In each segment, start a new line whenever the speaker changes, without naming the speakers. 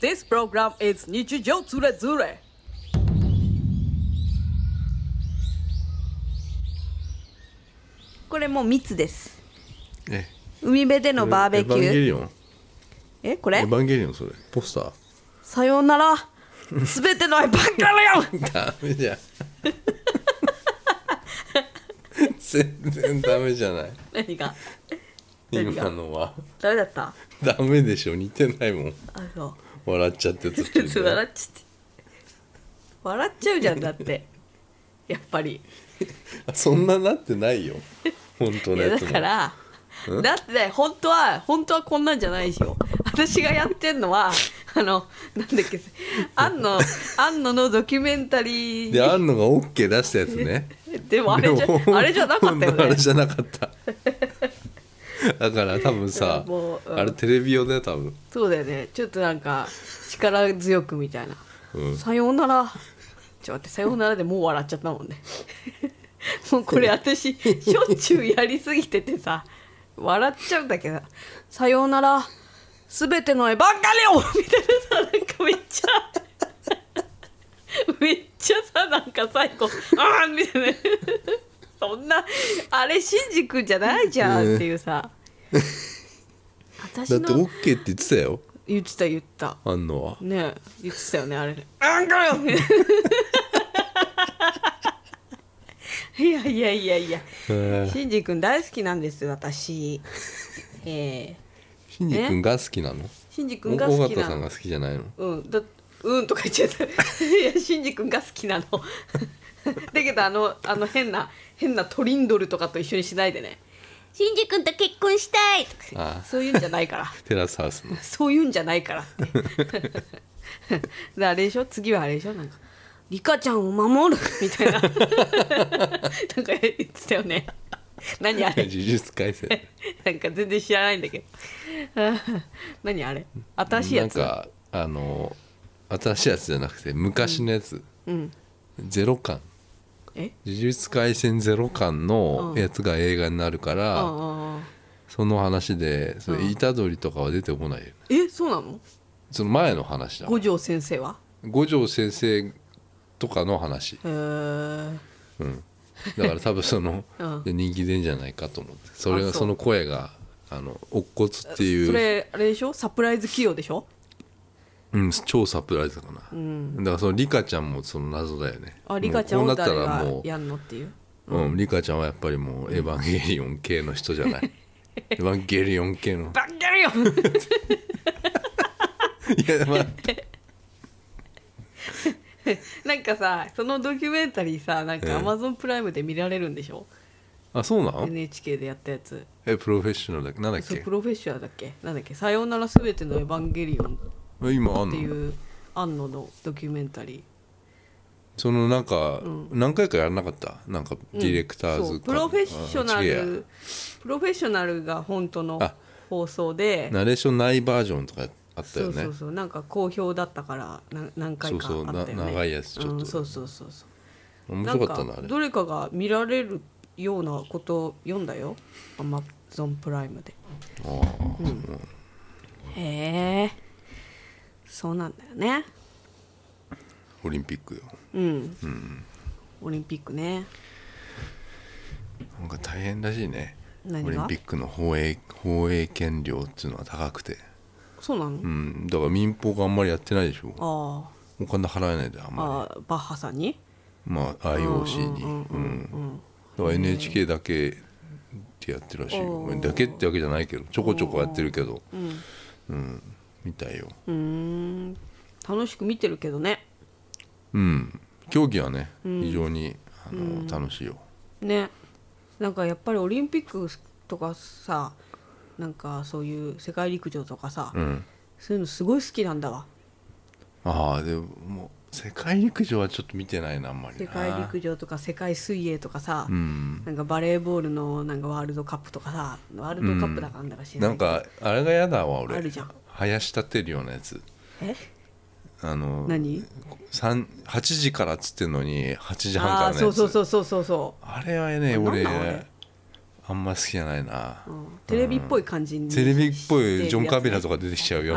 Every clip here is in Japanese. This program is 日常ズレズレ。
これもう蜜です
え
海辺で
え
のバーベキ
エヴァンゲ
ュー
リオン
えこ
エ
れ
ヴァンゲリオンそれポスタ ー
さようならすべての愛パンからよ
ダメじゃん 全然ダメじゃない
何が何が
今のは
ダメだった
ダメでしょ似てないもん
あそう
笑っちゃって途
ちょっ
中
と
で
笑っちゃって笑っちゃうじゃんだ ってやっぱり
あそんななってないよ本当
い
の
や
や
だ
つも
からだって本当は本当はこんなんじゃないでしょ私がやってんのはあのなんだっけアンのアンののドキュメンタリ
であ
ー
んのが OK 出したやつね
で もあれじ
でも
ゃあれじゃなかったよ
本当あれ
ね
じゃなかっただから多分さ
もううん
あれテレビ用だよ多分
そうだよねちょっとなんか力強くみたいな
う
「
ん
さようなら」ちょっと待って「さようなら」でもう笑っちゃったもん ねもうこれ私しょっちゅうやりすぎててさ笑っちゃうんだけど「さようなら」すべての絵ばっかりをみたいなさなんかめっちゃ めっちゃさなんか最後「ああ」みたいなそんなあれしんじくんじゃないじゃんっていうさ
だっ
私
て
の
OK って言ってたよ
言ってた言ってた
あんのは
ねえ言ってたよねあれね「あんかよ!」いやいやいやいや
えー
しんじ君大好きなんです私え
しんじ君が好きなの
ー、しんじ君が好
尾
き
形さん
な
が好きじゃないの
うんだうんとか言っちゃったいやしんじ君が好き なのだけどあのあの変な変なトリンドルとかと一緒にしないでねしんじ君と結婚したいと
あ
か
あ
そういうんじゃないから
テラスハウスの
そういうんじゃないからって。 だからあれでしょ次はあれでしょなんか「リカちゃんを守る」みたいななんか言ってたよね何あ
呪
れ
術廻 戦
なんか全然知らないんだけどあー何あれ新しい
な
や
ん
つあ
かあの新しいやつじゃなくて昔のやつ、ゼロ感
え
呪術廻戦ゼロ感のやつが映画になるから、
あ
その話でそれ虎杖とかは出てこないよね
えそうなの
その前の話だ
五条先生は
五条先生とかの話
へー
だから多分その、
うん
で人気出んじゃないかと思ってそれ
あ
が
そう
その声があの乙骨っていう
それあれでしょサプライズ起用でしょ
うん、超サプライズだかな、だからそのリカちゃんもその謎だよね
あリカちゃん
も
を
うこう
誰
なったら
が
もう
やんのっていう
うん、リカちゃんはやっぱりもうエヴァンゲリオン系の人じゃない エヴァンゲリオン系の
バッカリよ
いや待って
なんかさそのドキュメンタリーさなんかア
うん
マゾンプライムで見られるんでしょ、
あそうなの
NHK でやったやつ
えプロフェッショナルだっけなんだっ
そう
け
プロフェッショナルだっけなんだっけ「さようならすべてのエヴァンゲリオン」っ
え今あん
て
の
いう庵野のドキュメンタリ
そのなんか、何回かやらなかったなんか
ー
ディレクター
うん
ズ
そう
か
プロフェッショナ
あ違え
ルプロフェッショナルが本当の
あ
放送で
やナレーションないバージョンとかあった
そ
よ
う
ね
そうそうなんか好評だったからな何回かあったよね
そうそうな長いやつちょっと
うんそうそうそうそう
面白かった
ん
なあ
か
れ
どれかが見られるようなことを読んだよアマゾンプライムで
あー
へえそうなんだよね
オリンピックよ
うん、オリンピックね
なんか大変らしいねオ
何が
リンピックの放映放映権料っていうのは高くて
そうなの、
うんだから民放があんまりやってないでしょ
あ
お金払えないであん
あ
まり
ああバッハさんに
まあ IOC にうんだから NHK だけってやってるらしいよだけってわけじゃないけどちょこちょこやってるけどうんみたいよ
うーん楽しく見てるけどね
うん競技はね非常にあの楽しいよ
ねなんかやっぱりオリンピックとかさなんかそういう世界陸上とかさ、
うん
そういうのすごい好きなんだわ
ああでも世界陸上はちょっと見てないなあんまりな
世界陸上とか世界水泳とかさ、
うん
なんかバレーボールのなんかワールドカップとかさワールドカップだからなんだか知ら
な
ない
ん
けど、
かあれが嫌だわ俺
あるじゃん
林立てるようなやつ
え
あの
何
三8時からっつってんのに8時半か
あ
ら
あ
の
そ
や
うそう
つ
そうそうそうそう
あれはね
あ
俺
なんなんあれ
ああんま好きじゃないな、
テレビっぽい感じに
テレビっぽいジョン・カビラ
と
とか出てきちゃうよう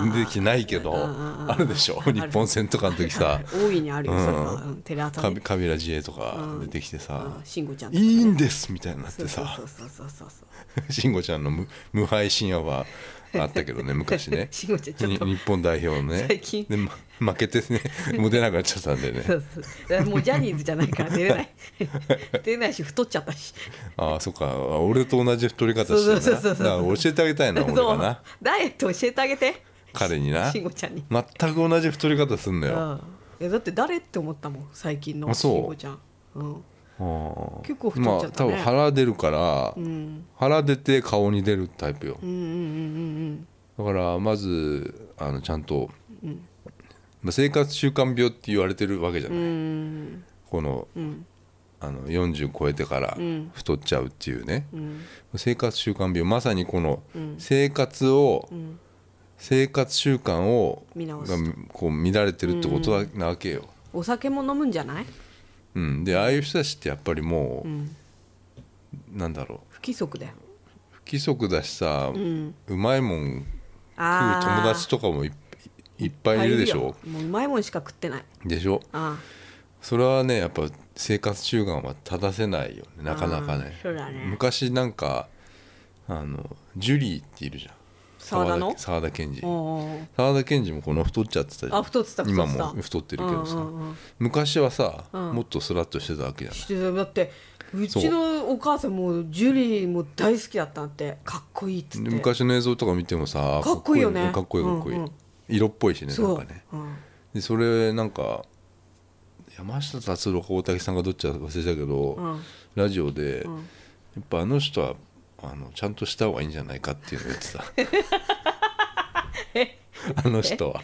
あ
か
ー
出てきてないけど
うんうんうん
あるでしょ
あ
日
る
本戦とかの時さ
大いにあるよそれは、
うん
うんテレ朝
カ
で
ビカビラ自衛とか
うん
出てきてさ
うん慎吾ちゃんとかね
いいんですみたいになってさ
そうそうそうそうそう
慎吾ちゃんの無無敗深夜はあったけど ね昔ね
慎吾ちゃんちょっと
に日本代表のね
最近
で、ま負けて ねもう出なくなっちゃったんでね
そうそうだからもうジャニーズじゃないから出れない 出れないし太っちゃったし
ああそっか俺と同じ太り方して
そうそうそう
るな
そう
だから教えてあげたいな俺
そ
が
う
な
ダイエット教えてあげて
彼にな
慎吾ちゃんに、
全く同じ太り方すんの
う
よ
んえだって誰って思ったもん最近の
あそう
慎吾ちゃんうん結構太っちゃったね
まあ、多分腹出るから、
うん
腹出て顔に出るタイプよ
うんうんうん
だからまずあのちゃんと、
うん
まあ、生活習慣病って言われてるわけじゃ
うんう
ない、
ん
この
うん
あの40超えてから
うん
太っちゃうっていうね、
うん
生活習慣病まさにこの
うん
生活を、
うん
生活習慣を
見直す
がこう乱れてるってことなわけよ、
お酒も飲むんじゃない、
うんでああいう人たちってやっぱりも
う
う、
ん、
なんだろう
不規則だよ、
不規則だしさ、
う、
うんまいもん食う友達
と
とかもいいっぱいいるでしょ
もううまいもんしか食ってない
でしょ
あ
それはねやっぱ生活習慣は正せないよねなかなかね
あーそうだね
昔なんかあのジュリーっているじゃん
沢田の
沢田賢治
あおー
沢田賢治もこの太っちゃってたじゃん
あ太ってた太ってた
今も太ってるけどさ、
うんうんうん
昔はさ、
うん
もっとスラッとしてたわけじゃない
してただってうちのお母さんもうジュリーも大好きだったんだってかっこいいっつって
で昔の映像とか見てもさ
かっこいいよね
かっこいいかっこいい、
うんうん
色っぽいしねな
そ
ん
う
かね
うん
でそれなんか山下達郎か大竹さんがどっちか忘れたけど、
うん
ラジオで、
ん
やっぱあの人はあのちゃんとした方がいいんじゃないかっていうのを言 ってた あの人は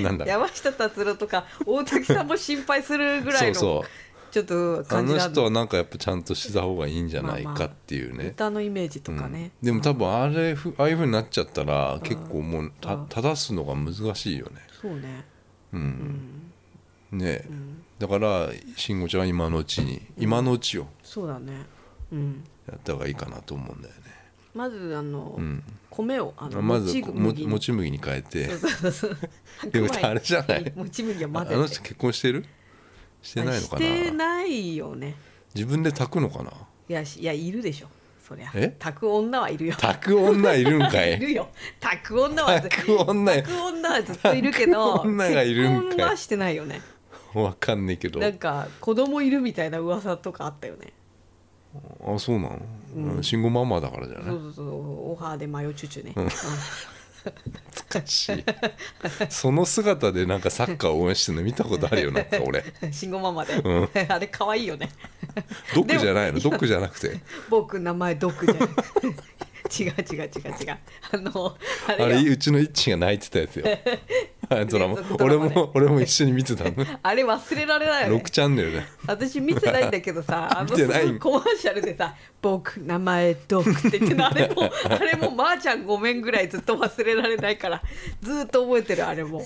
なんだろう
山下達郎とか大竹さんも心配するぐらいの
そうそう
ちょっと
あ
感じ
の
なんだ
人はなんかやっぱちゃんとした方がいいんじゃないかっていうね、
歌のイメージとかね、
でも多分あれふああいうふうになっちゃったら結構もうた正すのが難しいよね
そうね
うん、ね、だから慎吾ちゃんは今のうちに今のうちを
そうだねうん
やった方がいいかなと思うんだよね、
まずあの、
うん、
米をあの
まず
もち
こも
麦に
もち麦に変えてでも
白米
あれじゃない
もち麦を
あ
混ぜて
の人結婚してるしてないのか
あして
な
ないよね
自分で炊くのかない
やしいやいるでしょそりゃ
え
炊く女はいるよ
炊く女いるん か
い
い
るよ炊く女は
炊く女
炊く女はずっといるけど
炊く女がいるんかい
結婚はしてないよね
わかんねえけど
なんか子供いるみたいな噂とかあったよね
あそうなの、うん、慎吾ママだからじゃ
そ
な
う
い
そうそうオハーでマヨチュチュね、うん
懐かしいその姿でなんかサッカー応援してるの見たことあるよなんか 俺
慎吾ママで、
ん
あれ可愛いよね
ドックじゃないのドックじゃなくて
僕名前ドッ クじゃない違う違う違う違うあのあ
あ
れ
れ
よ
うちのイッチが泣いてた やつよあドラマ
連続ド
俺
ラマね
も俺も一緒に見てたの
あれ忘れられないよね
6チャンネルで
私見てないんだけどさあの
見てない
すごいコマーシャルでさ「僕名前ドック」って言ってるあれ もあれも「まーちゃんごめん」ぐらいずっと忘れられないからずーっと覚えてるあれも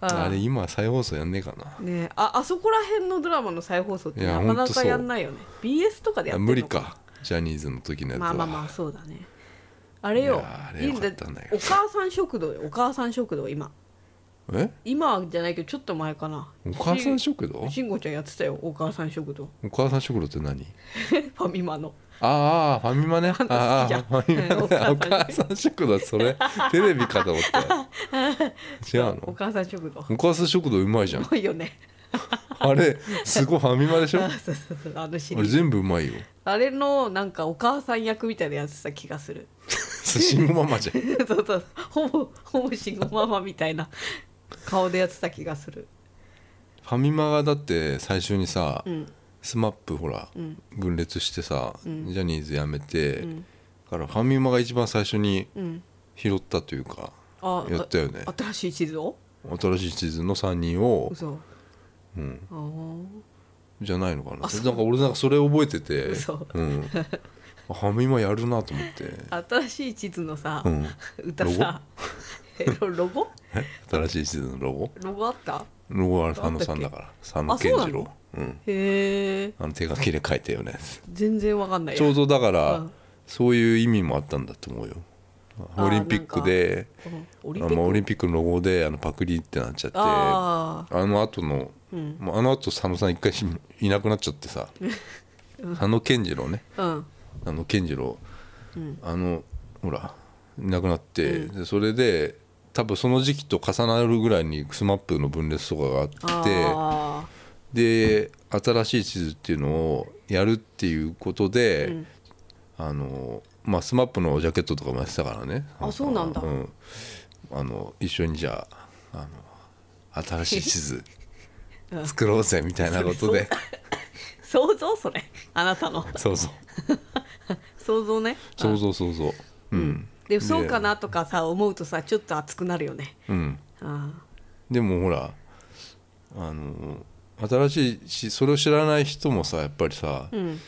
あ
あれ今再放送やんねえかな
ねああそこら辺のドラマの再放送って
いや
なか
ほん
な
とそ
か
う
やんないよね BS とかでやってんの
無理かジャニーズの時のやつ
ま
は、
あまあまあそうだねあれよ
いやあれよかったんだけど
お母さん食堂よお母さん食堂今
え
今じゃないけどちょっと前かな
お母さん食堂
しんごちゃんやってたよお母さん食堂
お母さん食堂って何
ファミマの
ああファミ マねあ
た好き
あ
じゃん
ファミマね
う
お
んお母
母さん食堂それテレビかと思ったよ違う
お
の
母さん食堂
お母さん食堂うまいじゃん
多いよね
あれすごいファミマでし ょ
あ
あ
そうそうそうあのシリー
れ
ズ
全部うま いよ
あれのなんかお母さん役みたいなやつさ気がする
慎吾ママじゃん
そうそうほぼほぼ慎吾ママみたいな顔でやってた気がする
ファミマがだって最初にさ、
ん
スマップほら、
ん
分裂してさ、ジャニーズ辞めて、からファミマが一番最初に
うん
拾ったというか、
あ
やったよね
あ新しい地図を
新しい地図の3人を、
嘘
うん、
あー
じゃないのかななん
あそう
か俺なんかそれ覚えてて
嘘
うん、あファミマやるなと思って、
新しい地図のさ、
うん、
歌さ えロロゴ
新しい地図のロゴ
ロゴあった
ロゴは
あ
佐
っ
野
たっけ
さんだから佐野
あそう
健
な
次郎
の
うん、
へえ
あの手書きで書いたようなやつ
全然わかんないや
ちょうどだから、
うん
そういう意味もあったんだと思うよ
あー
オリンピックで
うん
オ
オ
リ
リン
ンピ
ピッ
ック
ク
オリンピックのロゴであのパクリってなっちゃってあ
あ
の後の、もうあの後佐野さん一回しいなくなっちゃってさ、佐野健次郎ね
あうん
あの健次郎、あのほらいなくなって、でそれで多分その時期と重なるぐらいに SMAP の分裂とかがあって。
ああ
で新しい地図っていうのをやるっていうことで、あのまあスマップのジャケットとかもやってたからね
あそうなんだ
うん、あの一緒にじゃああの新しい 地図作ろうぜみたいなことで
想像それあなたの
そうそう
想像ね
そうそうそうそううん
でそうかなとかさ思うとさちょっと熱くなるよね
うん
あ
でもほらあの新しいしそれを知らない人もさやっぱりさ、
ーうん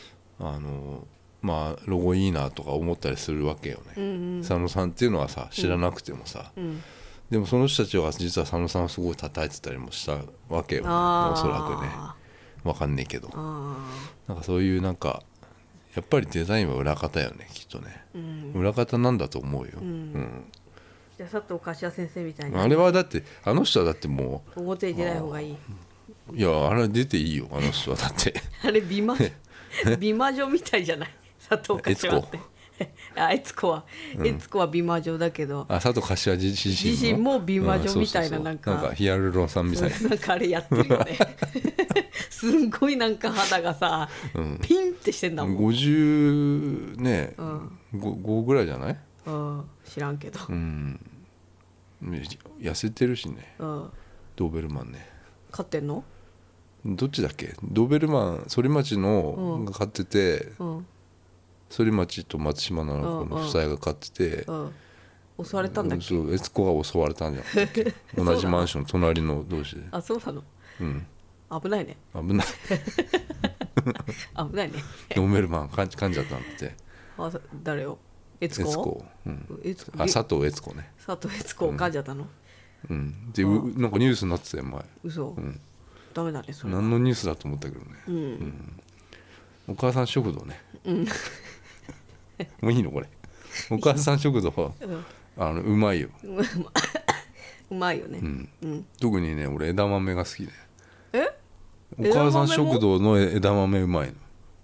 あのまあロゴいいなとか思ったりするわけよね、佐野さんっていうのはさ知らなくてもさ、
ん
でもその人たちは実は佐野さんをすごい叩いてたりもしたわけよね
あー
おそらくねわかんねえけど
あ
なんかそういうなんかやっぱりデザインは裏方よねきっとね、
ーうん
裏方なんだと思うよ、
じゃあ佐藤柏先生みたい
うん
に
あれはだってあの人はだっても
表に出ない方がいいう
いやあれ出ていいよあの人はだって
あれ美魔 美魔女みたいじゃない佐藤柏って あ悦子は悦子は美魔女だけど、
あ佐藤柏自身も
自身も美魔女みたいな
う
なんか
なんかヒアルロン酸みたいな
なんかあれやってるよ ねすんごいなんか肌がさ、ピンってしてんだもん、
50ね、ご 5, ぐらいじゃない、
うん、知らんけど、
うん、ね痩せてるしね
うん、
ドーベルマンね
飼ってんの、
どっちだっけドーベルマン反町のが飼ってて、
うん
反町と松島菜々子の夫妻が飼ってて、
うん、襲われたんだっけ、
そう悦子が襲われたんじゃなかったっけ
う
同じマンション隣の同士で、
あそうなの
うん、
危ないね
危ない
危ないね
ドーベルマン噛ん噛んじゃったんだって
あそ誰を悦
悦
子
子、うん、
悦子
あ佐藤悦子ね、
佐藤悦子を噛んじゃったの、
うん、でうなんかニュースになってたよ前
嘘、
ん
ダメだねそれは
何のニュースだと思ったけどね、うんお母さん食堂ね、 もういいのこれお母さん食堂は
うん
あのうまいよ、
うまうまいよね、
うん特にね俺枝豆が好きで
え
お母さん食堂の枝豆うまいの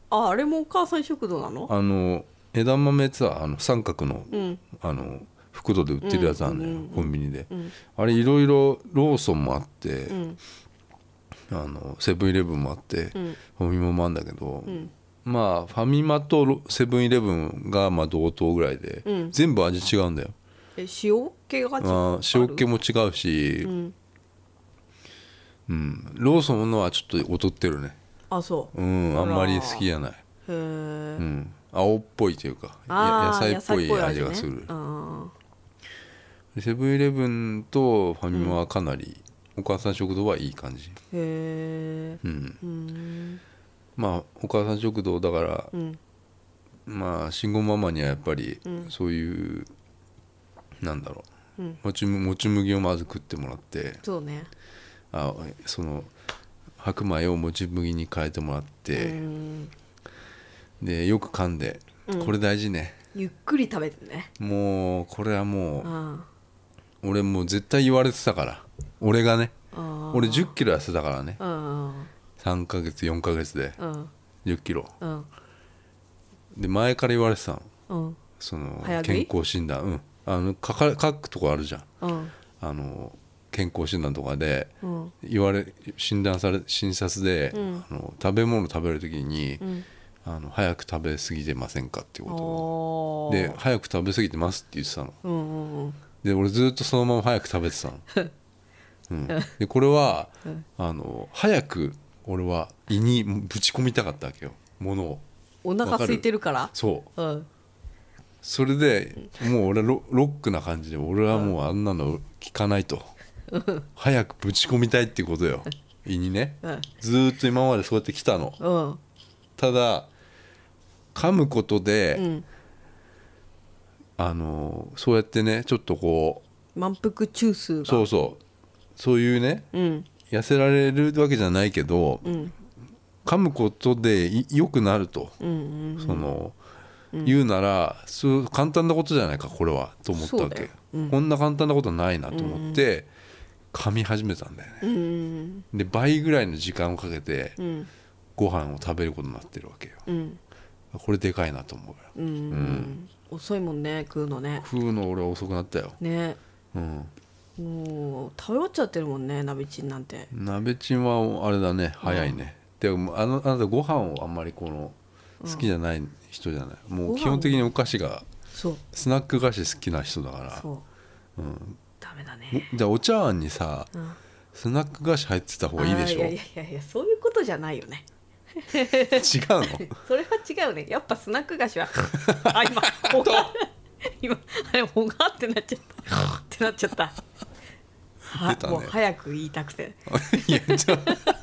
ああれもお母さん食堂なの
あの枝豆ってさあの三角の,、
ん
あの袋で売ってるやつあるのよ、コンビニで、あれいろいろローソンもあって、
うん
あのセブンイレブンもあって、
ん
ファミマもあるんだけど、
ん
まあファミマとロセブンイレブンがまあ同等ぐらいで、
うん
全部味違うんだよ、
え塩気が違う
まあ、塩気も違うし、
う
うん
ん
ローソンのはちょっと劣ってるね
あそう、
うんあんまり好き
へ
じゃない、
え、
うん、青っぽいというかや
あー
野菜っぽい味
ね
がする、
あ
セブンイレブンとファミマはかなり、お母さん食堂はいい感じ
ーへえ
うん
うん
まあお母さん食堂だから
うん
まあ慎吾ママにはやっぱりそういう、なんだろう、
うん
もちむもち麦をまず食ってもらって
そうね
あその白米をもち麦に変えてもらっ
う
て、
ん
でよく噛んで、これ大事ね
ゆっくり食べてね
もうこれはも
あ
う俺もう絶対言われてたから俺がね
ーあ
俺1 0キロ痩せたからね
うん
3ヶ月4ヶ月で
うん
1 0キロ
うん
で前から言われてたの
うん
その
早食い
健康診断うんあの書か書くとこあるじゃん
うん
あの健康診断とかで
うん
言われ診断され診察で、あの食べ物食べる時に、
ん
あの早く食べ過ぎてませんかっていうこ
お
と
ー
で早く食べ過ぎてますって言ってたの
うんうんうん
で俺ずっとそのまま早く食べてた の、うん、でこれは、あの早く俺は胃にぶち込みたかったわけよものを
お腹空いてるから
そう
うん
それでもう俺ロロックな感じで俺はもうあんなの聞かないと早くぶち込みたいっていうことよ胃にね
うん
ずーっと今までそうやって来たの
うん
ただ噛むことで、
うん
あのそうやってねちょっとこ
満腹中枢が
うそうそうそういうね
うん
痩せられるわけじゃないけど、
うん
噛むことでい良くなると、
うん
その、言うならそう簡単なことじゃないかこれはと思ったわ
そうだ
け
よ、うん
こんな簡単なことはないなと思って、噛み始めたんだよね
うんうん
で倍ぐらいの時間をかけて
うん
ご飯を食べることになってるわけよ
うん
これでかいなと思うから
うんうん遅いもんね食うのね
食うの俺は遅くなったよ、
ね
うん、
もう食べ終わっちゃってるもんねナビチンなんて
鍋チンはあれだね早いね、でもあのあなたご飯をあんまりこの好きじゃない人じゃない、も
ご
う
飯
基本的にお菓子が
そう
スナック菓子好きな人だから
そう
うん
ダメだね
じゃあお茶碗にさ
うん
スナック菓子入ってた方がいいでしょ
あーいやいやいやいやそういうことじゃないよね
違うの
それは違うねやっぱスナック菓 子はあ今ほが今あれほがってなっちゃったってなっちゃったは
出たね
もう早く言いたくて
いやじゃあ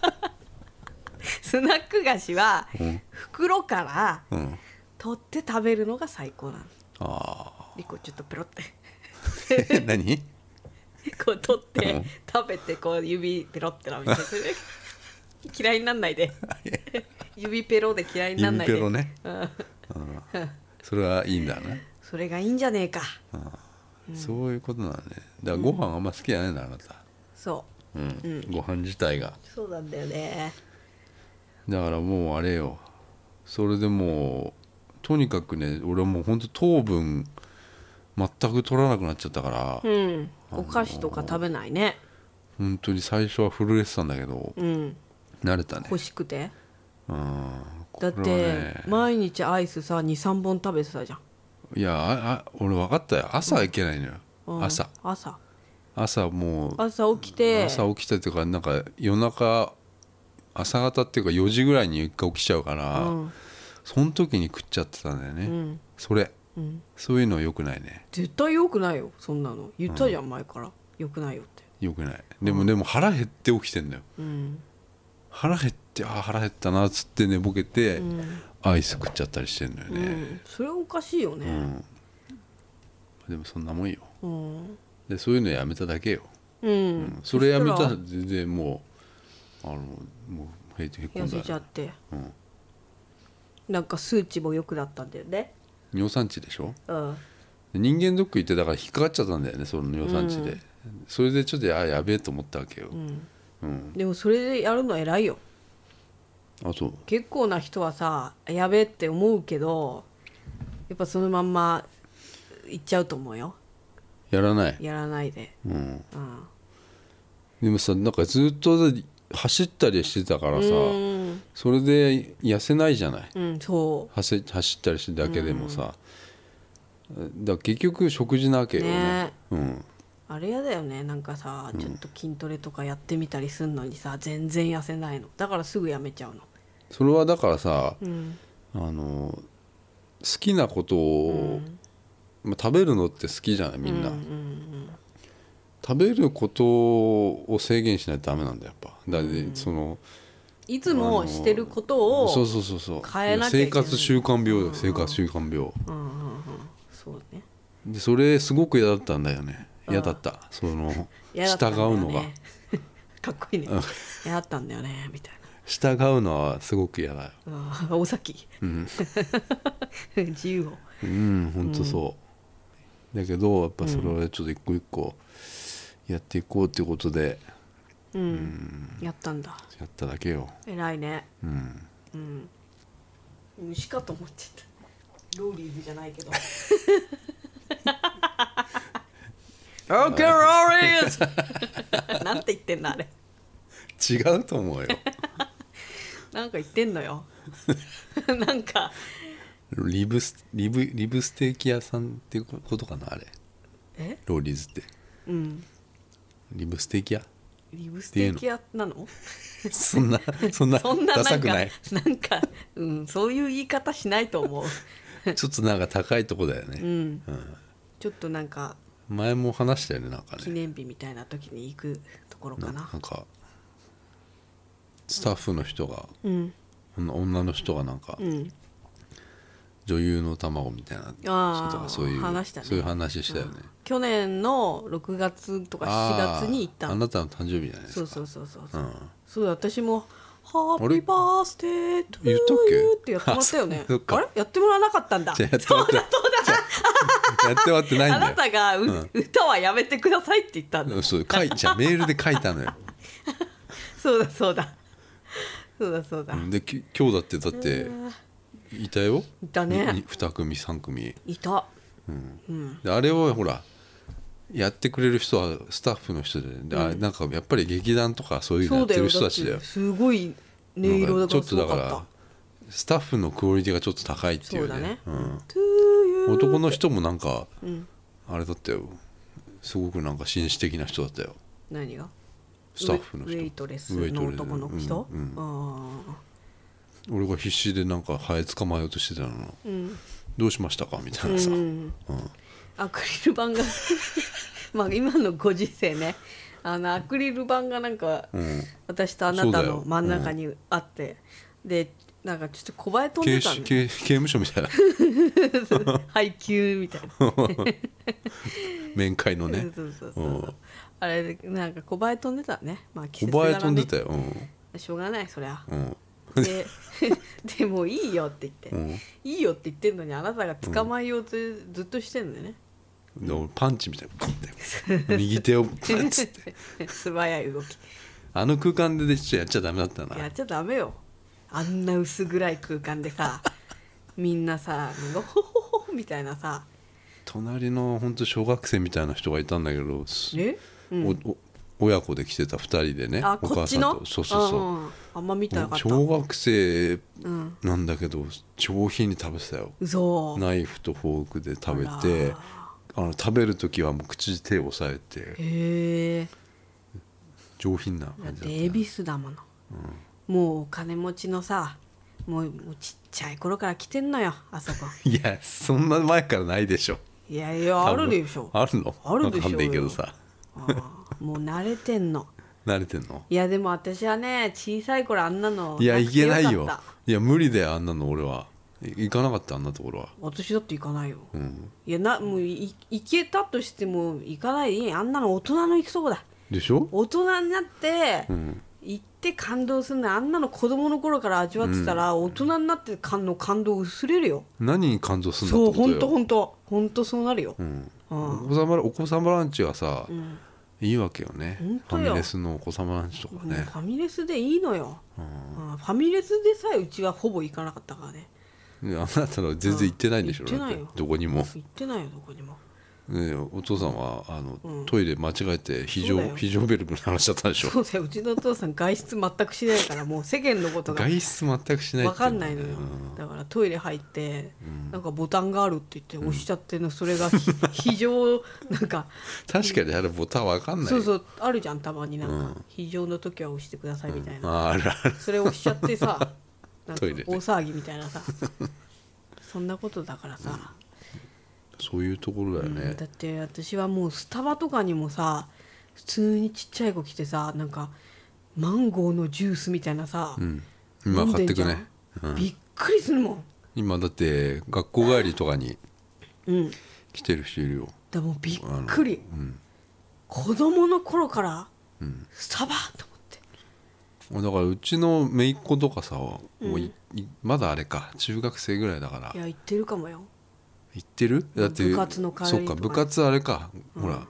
スナック菓子は
うん
袋から
うん
取って食べるのが最高なの
あ
リコちょっとペロって
ー 何
こう取っ
う
て
ん
食べてこう指ペロってなめて嫌いになん ないで指ペロで嫌いになんないで
指ペロね
うん
それはいいんだね、
それがいいんじゃねえか
うん、そういうことなんだねだからご飯あんま好きじゃないんだあなた、
そう
うんご飯自体が
そうなんだよね
だからもうあれよそれでもうとにかくね俺はもうほんと糖分全く取らなくなっちゃったから、
うんお菓子とか食べないね
本当に最初は震えてたんだけど
うん
慣れたね
欲しくて
うん
だっ
これは
て
ね
毎日アイスさ23本食べてたじゃん
いやああ俺分かったよ朝はいけないのよ、
うん
朝
朝
朝もう
朝起きて
朝起きたっていうかなんか夜中朝方っていうか4時ぐらいに一回起きちゃうから、
うん
その時に食っちゃってたんだよね、
うん
それ
うん
そういうのよくないね
絶対良くないよそんなの言ったじゃん前から良くないよって
よくないでも、でも腹減って起きてんだよ
うん
腹減ってあー腹減ったなっつって寝ぼけて、
うん
アイス食っちゃったりしてんのよ
う
ね、
んそれはおかしいよ
うん
ね
でもそんなもんよ
うん
でそういうのやめただけよ、
う
うん
ん
それやめた
そ
ら
し
全然もうあのもうへへったこ
ら
ん
痩せちゃ
だ
っ、て
うん、
なんか数値も良くなったんだよね
尿酸値でしょ
うん
で人間ドック行ってだから引っかかっちゃったんだよねその尿酸値で、それでちょっとあやべえと思ったわけよ、
うん
うん
でもそれでやるの偉いよ
あそう
結構な人はさやべえって思うけどやっぱそのまんま行っちゃうと思うよ
やらない、
やらないで、
うん、
うん、
でもさなんかずっと走ったりしてたからさ、
うん、
それで痩せないじゃない
うん、そ
走走ったりしてるだけでもさ、だから結局食事なわけよね
ね
うん、
うあれやだよねなんかさちょっと筋トレとかやってみたりすんのにさ全然痩せないのだからすぐやめちゃうの
それはだからさ、
うん
あの好きなことを、まあ、食べるのって好きじゃないみんな、食べることを制限しないとダメなんだよやっぱだって、その
いつもしてることを、
そうそうそうそう
変えなきゃいけない
生活習慣病だよ生活習慣病、
うんうんうんそうね
でそれすごく嫌だったんだよね嫌だったその
嫌だったんだよ
従う
ね
のが
かっこいいね嫌だったんだよねみたいな
従うのはすごく嫌だよ
ああ、お先。 自由を。
うん本当そう、だけどやっぱそれはちょっと一個一個やっていこうっていうことで
うん。やったんだ。
やっただけよ
偉いね。
うん
うん。虫かと思っちゃった。ローリーズじゃないけど。
オーケーローリーズ
なんて言ってんだあれ。
違うと思うよ
なんか言ってんのよ。 なんか
リブスリブリブステーキ屋さんっていうことかなあれ
え？
ローリーズって
うん。
リブステー キ屋
リブステーキ屋なの？
そんなそんな
そんな
ダ
な
サ
ん
く
か
ない
なんかうんそういう言い方しないと思う。
ちょっとなんか高いとこだよね、
うん。ちょっとなんか
前も話したよねなんか
記
ね
念日みたいな時に行くところかな
な。んかスタッフの人が、
うん。
女女の人がなんか、
うん。
女優の卵みたいな人
あー
とかそういう
話したね
そういう話したよね、
去年の6月とか7
あー
月に行った
あ
の
なたの誕生日じゃないで
そう
すか
そうそうそう、
う
そうだ私もハッピーバースデートゥー
言ったっけ
ユーってやってもらったよね
あそっか
あれやってもらわなかったんだ
じ
そ
ゃ
う
あや
だ
っても
そう
らったやって終わってないん
だあ
だ
な
よ
たがう、
うん
歌はやめてくださいって言ったんだ、
うんそう書いじゃあメールで書いたのよ
そうだそうだそうだそうだ、
うんでき今日だってだっていたよ
いたね
にに2組3組
いた
であれをほらやってくれる人はスタッフの人でであなんかやっぱり劇団とかそういうのや
そ
っ
うだ
て
よ
る人たちだ
だ
よ
ってすごい音色
な
だ
んか
か
ちょ
ら
っ
す
と
ご
だ
か
か
った
らスタッフのクオリティがちょっと高いってい
そう
う
だね
ねうん
トゥーユー
男の人もなんか
うん
あれだったよすごくなんか紳士的な人だったよ
何が
スタッフの
ウェ
人
ウェイトレスの男の人、
うんうん
あ
俺が必死でなんかハエ捕まえようとしてたの
ーうん
どうしましたかみたいなさ、
うんアクリル板が まあ今のご時世ねあのアクリル板がなんか、
ん
私とあな
そう
た
だよ
の真ん中にあって、でなんかちょっと小林飛ん
刑
でた
事
んで
刑刑務所みたいな
配給みたいな、
面会のね
そうそうそう、
うん
あれなんか小林飛んでたねまあ季
小
節柄、ね、
林飛んでたよ、うん
しょうがないそりゃ
うん、
で でもういいよって言って、
うん
いいよって言ってんのにあなたが捕まえようとずっとしてんのよね、
で俺パンチみたいなコンって右手をパンツっ て
素早い動き
あの空間でちょっとやっちゃダメだったな
やっちゃダメよあんな薄暗い空間でさみんなさ「なんかほほほほ」みたいなさ
隣の本当小学生みたいな人がいたんだけどす
え、うん、
おお親子で来てた2人でね
あ
お
こっ
母
ち
さんと
の
そうそうそう、
んんあんま見てなかった
小学生
うん
なんだけど上品に食べてたよ
うそ
ナイフとフォークで食べてあの食べる時はもう口で手を押さえて
へえ
上品な
だっ
感じだ
て
った
恵比寿だもの、もうお金持ちのさもうもうちっちゃい頃から来てんのよあそこ
いやそんな前からないでしょ
いやいやあ
多分
るでしょ
あるの
あるでしょ
わかんないけどさ
あーもう慣れてんの
慣れてんの
いやでも私はね小さい頃あんなの
いや
く
い
て
け
か
な
った
いよいや無理だよあんなの俺はい行かなかったあんなところは
私だって行かないよ、
うん
いやなもういい行けたとしても行かないでいいあんなの大人の行くとこだ
でしょ
大人になって、
うん
行って感動するのあんなの子供の頃から味わってたら、大人になって感の感動薄れるよ
何に感動するんだ
そう
ってこと
本
よ
当本当本当そうなるよ、
うん
うん
お子様ラお子様ランチはさ、いいわけよね
ほん
フ
と
ァ
よ
ミレスのお子様ランチとか
もう
ね
ファミレスでいいのよ、
うん
うんファミレスでさえうちはほぼ行かなかったからね
いやあなたの全然行ってないんでしょ、
うん行ってないよ
だってどこにも、
行ってないよどこにも
ね、お父さんはあの、
うん
トイレ間違えて非
そうだ
常
よ
非常ベルブの話だったでしょ
そうだようちのお父さん外出全くしないからもう世間のことが
外出全くしない
わ
って
か
うんのが
ない
ね
のよ、
うん
だからトイレ入って、なんかボタンがあるって言って押しちゃってのそれ がひ非常なんか
確かにあれボタンわかんない、
そうそううあるじゃんたまになんか、
うん
非常の時は押してくださいみたいな、
ああるある
それ押しちゃってさ なんか
トイ
大
レで
騒ぎみたいなさそんなことだからさ、
そういうところだよ
うん
ね
だって私はもうスタバとかにもさ普通にちっちゃい子来てさなんかマンゴーのジュースみたいなさ、
うん、今買ってくね、う
飲んでんじゃん
ん、
びっくりするもん
今だって学校帰りとかに
うん
来てる人いるよ
でもびっくり、
うん
子供の頃から
うん
スタバと思って
だからうちの姪っ子とかさ、もういいまだあれか中学生ぐらいだから
いや言ってるかもよ
行ってるだって
部活の帰り
そっか
とか
部活あれか、ほら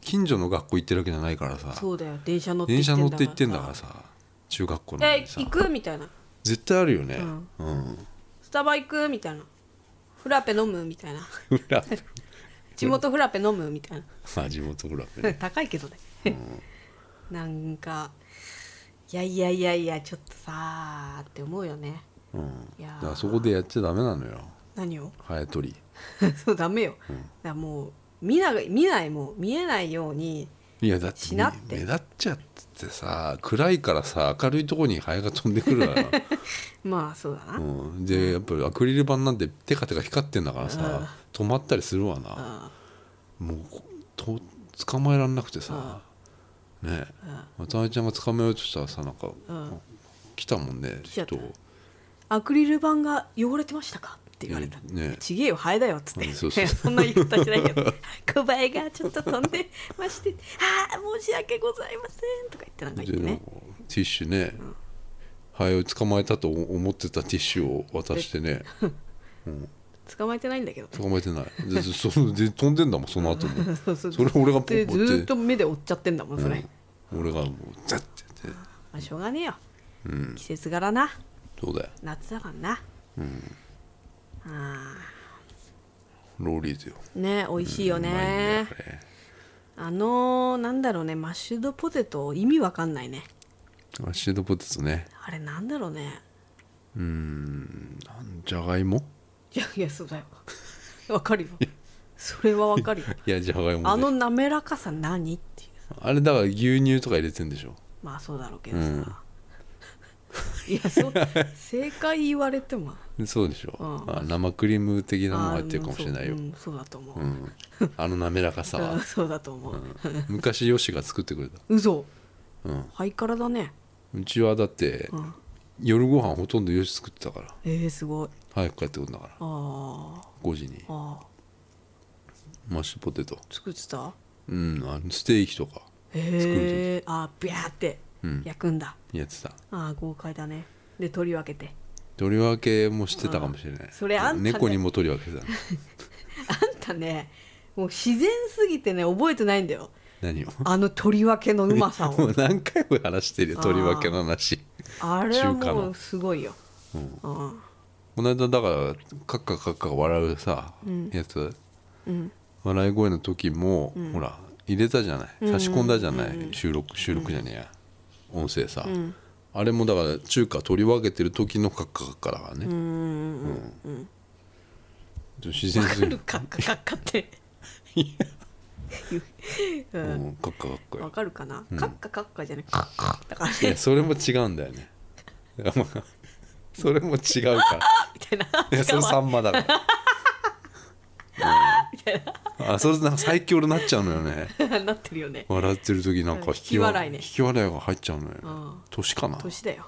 近所の学校行ってるわけじゃないからさ
そうだよ電車乗って
電車乗
ん
っ
だ
て行ってんだからさ中学校なの
え
にさ
行くみたいな
絶対あるよね
うん
うん
スタバ行くみたいなフラペ飲むみたいな
フラペ
地元フラペ飲むみたい
まあ地元フラペ
な
ね
高いけどね なんかいやいやいやいやちょっとさーって思うよね
うん
いやー
だからそこでやっちゃダメなのよ
何を
ハエ取り
そうダメよ、だからもう見な見ないもう見えないように
いやだって
しなって
目立っちゃってさ暗いからさ明るいとこにハエが飛んでくるわ よ、
まあそうだな、
うん、でやっぱりアクリル板なんてテカテカ光ってんだからさ止まったりするわな
あ
もうこと捕まえらんなくてさねえ渡辺ちゃんが捕まえようとしたらさなんか、
ん
来たもんね
ちゃった
人
アクリル板が汚れてましたか?」って言われた「
いやね
ちげえよハエだよ」っつって、
うんそうそ う
そんな言い方しないけど「小林がちょっと飛んでましてああ申し訳ございません」とか言ってなんか言って
でなん
ね
かティッシュね、ハエを捕まえたと思ってたティッシュを渡してね
捕まえてないんだけどね
捕まえてないでずそ ので飛んでんだもんその 後も
そうそう
それ俺がポ
で
ッ
ず
ポって
ーっと目で追っちゃってんだもんそれ、ま
うん、俺がもうザッてやって
あしょうがねえよ、季節柄な
そうだよ
夏だからなうんあ
ローリーズよ
ーね美味しいよ
うまい
ね
んだよあれ
あのー、なんだろうねマッシュドポテト意味わかんないね
マッシュドポテトね
あれなんだろうね
うーんなんじゃがいも
いやいやそうだよわかるよそれはわかるよ
いやじゃがいもで
あの滑らかさ何っていう
あれだから牛乳とか入れてんでしょ
まあそうだろうけどさ、いやそう正解言われても
そうでしょ、
うん
あ生クリーム的なのが
あ
入
ー
ってるかもしれないよ
うんそう,、うんそうだと思う、
うんあの滑らかさ
うん
は
そうだと思う、
昔ヨシが作ってくれた、
嘘
うん、
ハイカラだね、
うちはだって、
うん、
夜ご飯ほとんどヨシ作ってたから
えー、すごい
早く帰ってくるんだから
あー
5時に
あー
マッシュポテト
作ってた
うんあのステーキとか
へえあービャーって
うん
焼くんだ、
やってた
ああ豪快だねで取り分けて
取り分けもしてたかもしれない、
それあんたね
猫にも取り分けてたの
あんたねもう自然すぎてね覚えてないんだよ
何を
あの取り分けのうま さ
も
を
う何回も話してるよ
あー
取り分けの話
あれは
中華
も
の
うすごいよ、
うん
うん
この間だからカッカカッカ笑うさ、やつ、
ん
笑い声の時も、ほら入れたじゃない差し込んだじゃない、収録収録じゃねえや、音声さ、あれもだから中華取り分けてる時のカッカカッカだからね、うんちょっと自然
わ
す
か
ぎ
る
る、
かっかかっかってう
うんん、カッカカッカ
わ
よ
かるかな、かっかかっかじゃないかっかだから
い
ね
やそれも違うんだよねまあそれも違 うから
みたいない
やそれ
か
サンマだからうんあそれなんか最強になっちゃうのよね
わいな ってるよね
笑ってる時なんか
うん引き笑いね
引き笑いが入っちゃうのよね
うん
年かな
年だよ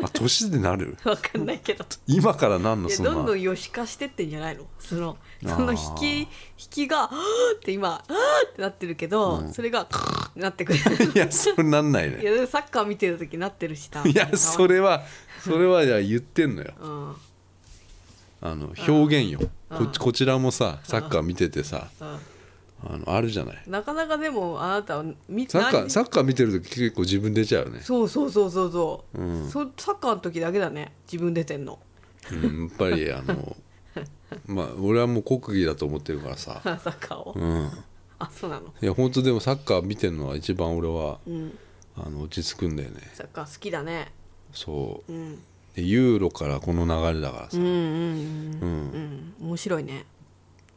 あ年でなる
わかんないけど
今からなんの
いや
そんな
どんどんよし化してってんじゃないのその
あー
その引き引きが「はーって今「はーってなってるけど、それが「カーってなってく る
いやそれなんない
い
ね
やでもサッカー見てる時なってるしさ
いやそれはそれはじゃあ言ってんのよ
うん
あの表現よここちらもさサッカー見ててさ
うん
あのあるじゃない
なかなかでもあなたは見
サッカー
何
サッカー見てる時結構自分出ちゃうよね
そうそうそうそうそう、
うん
そサッカーの時だけだね自分出てんの
うんやっぱりあのまあ俺はもう国技だと思ってるからさ
サッカーを、
うん
あそうなの
いや本当でもサッカー見てるのは一番俺は、
うん
あの落ち着くんだよね
サッカー好きだね
そう
うん
でユーロからこの流れだからさ、
うんうん
う
う
ん
んうん面白いね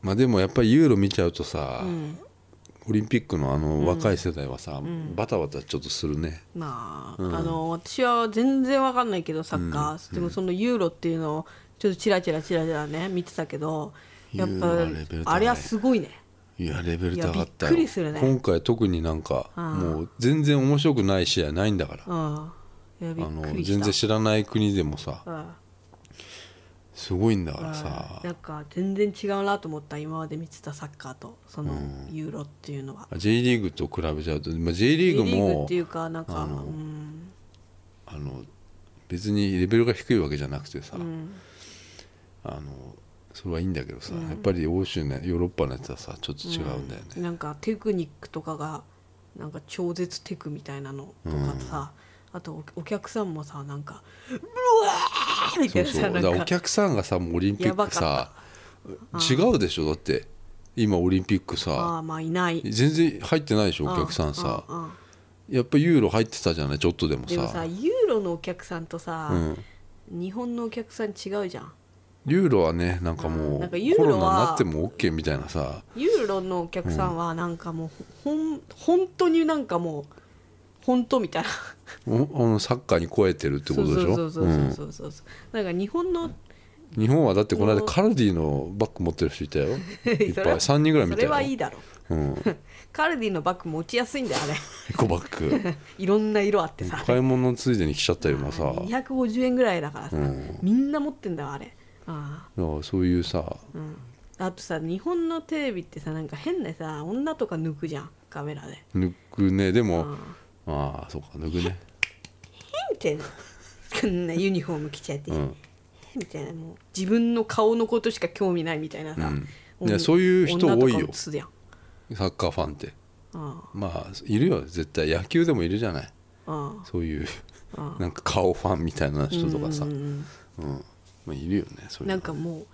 まあでもやっぱりユーロ見ちゃうとさ、
うん
オリンピックのあの若い世代はさ、バタバタちょっとするね
まあ、あの私は全然わかんないけどサッカー、でもそのユーロっていうのをちょっとチラチラチラチラね見てたけどやっ
ユー
ぱ
ロはレベル高い
あれはすごいね
いやレベル高かった
いやびっくりするね
今回特になんか、
うん
もう全然面白くない試合ないんだから、
うんいやびっ
あの
くりした
全然知らない国でもさ
うんうん
すごいんだからさ、
なんか全然違うなと思った今まで見てたサッカーとそのユーロっていうのは、
あ J リーグと比べちゃうと、まあ、J リーグ
J リーグ
も
っていうかなんか
あの
うん
あの別にレベルが低いわけじゃなくてさ、
うん
あのそれはいいんだけどさ、やっぱり欧州ねヨーロッパのやつはさちょっと違うんだよね、
なんかテクニックとかがなんか超絶テクみたいなのとかさ、あとおお客さんもさなんか「うわー!」みた
そ
いうな
そう
さ
だ
な
から
ん
お
か
客さんがさもうオリンピック
や
さ違うでしょだって今オリンピック
あ
さ
あまあいない
全然入ってないでしょお客さんさ
うううん
やっぱユーロ入ってたじゃないちょっとでも
でもさ
さ
ユーロのお客さんとさ、
うん
日本のお客さん違うじゃん
ユーロはねなんか
う
も
んなんか
う
ユー
コ
ロは
ロナになっても OK みたいなさ
ユーロのお客さんはなんかもうほん本当になんかもう本当みたいな
おあのサッカーに超えてるってことでしょ
そうそうそうそうそうそう、なんか日本の
うん日本はだってこの間カルディのバッグ持ってる人いたよい っ
そ
ぱ
れ
い
は
3人ぐらい見
そ
た
れ
よ
はいいだろ
うん、エ
カルディのバッグ持ちやすいんだよあれ
コバッグ
いろんな色あってさ
買い物ついでに来ちゃったようなさだか
250円ぐらいだからさ、
うん
みんな持ってんだよあれあ
らそういうさ
ー、うん、あとさ日本のテレビってさなんか変なさ女とか抜くじゃんカメラで
抜くねで
う
も
ん
ああそうか抜くね
みたいなこんなユニフォーム着ちゃって、
うん
みたいなもう自分の顔のことしか興味ないみたいなさ、
うん
女
いやそういう人多いよ
女とか映すやん
サッカーファンって
あ
まあいるよ絶対野球でもいるじゃない
あああ
そういう
あ
なんか顔ファンみたいな人とかさ、
う
うんん
うんうん
まあ、いるよねそういう
な
の
んかもう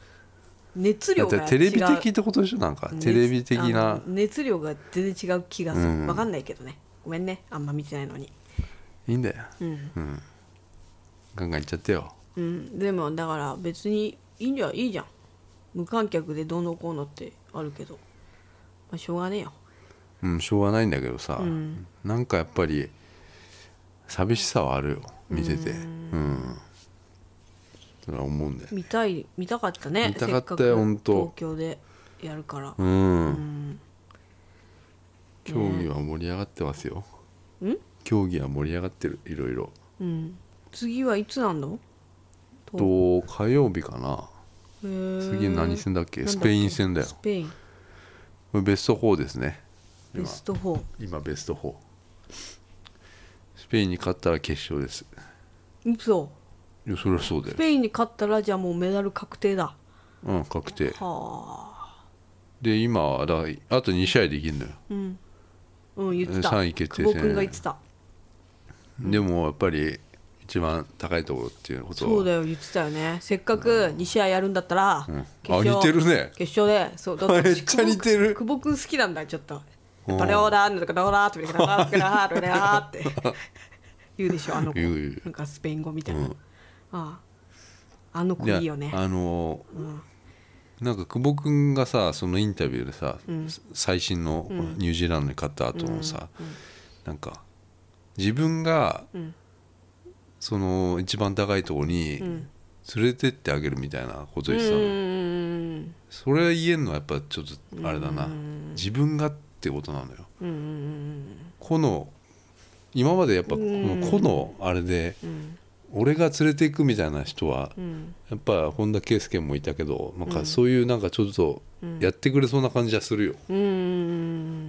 熱
だ
量
って
が違う
テレビ的ってことでしょなんか
熱
テレビ的
あ
な
の熱量が全然違う気がする、
うん
わかんないけどねごめんねあんま見てないのに
いいんだよ、
うん、
うん、ガンガンいっちゃってよ
うん、でもだから別にいいんじゃいいじゃん無観客でどうのこうのってあるけど、まあ、しょうがねえよ
うんしょうがないんだけどさ、なんかやっぱり寂しさはあるよ見ててうん、それは思うんだよ
見たい見たかったね
見たかった
せく
よ本当
東京でやるから、
うん、競技は盛り上がってますよ、競技は盛り上がってるいろいろ
うん次はいつなんだと
と火曜日かな次何戦だっけスペイン戦だよ
スペイン
これベスト4ですね
ベスト4
今ベスト4スペインに勝ったら決勝です
嘘
いやそれはそうだ
ス
よ
ペインに勝ったらじゃあもうメダル確定だ
うん確定
はあ
で今はだあと2試合できるのよ
うんうん言ってた
三位決定
久
戦
保君が言ってた
でもやっぱり一番高いところっていうこと
そうだよ言ってたよねせっかく2試合やるんだったら、
ん
決勝
あ似てるね
決勝でそうだって
めっちゃ似てる
久保君好きなんだちょっと「
うん
バレオダーン」とか「ダオダー」とか「ダオダー」とか「ダオダー」って 言うでしょあの子
言う言う
なんかスペイン語みたいな、
う
あ
ん
ああの子
で
いいよね
あのーなんか久保君がさそのインタビューでさ、最新のニュージーランドに勝った後のさ、なんか自分が、
ん
その一番高いところに連れてってあげるみたいなこと言ってた
う
の、
ーん
それ言えんのはやっぱちょっとあれだな、自分がってことなのよ、この今までやっぱこの個のあれで、俺が連れていくみたいな人は、やっぱ本田圭佑もいたけどなんかそういうなんかちょっとやってくれそうな感じはするよ、
うーん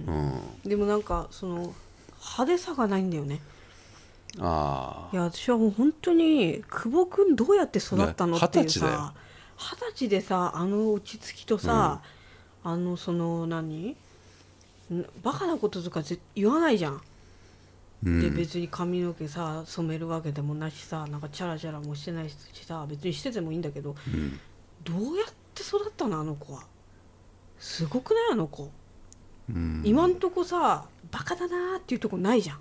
うん
でもなんかその派手さがないんだよね
ああ
いや私はもう本当に久保君どうやって育ったの
ね
っていう
20歳だよ
さ二十歳でさあの落ち着きとさ、あのその何んバカなこととかぜ言わないじゃん、
うん
で別に髪の毛さ染めるわけでもなしさなんかチャラチャラもしてないしさ別にしててもいいんだけど、どうやって育ったのあの子はすごくないあの子、
うん
今んとこさバカだなーっていうとこないじゃん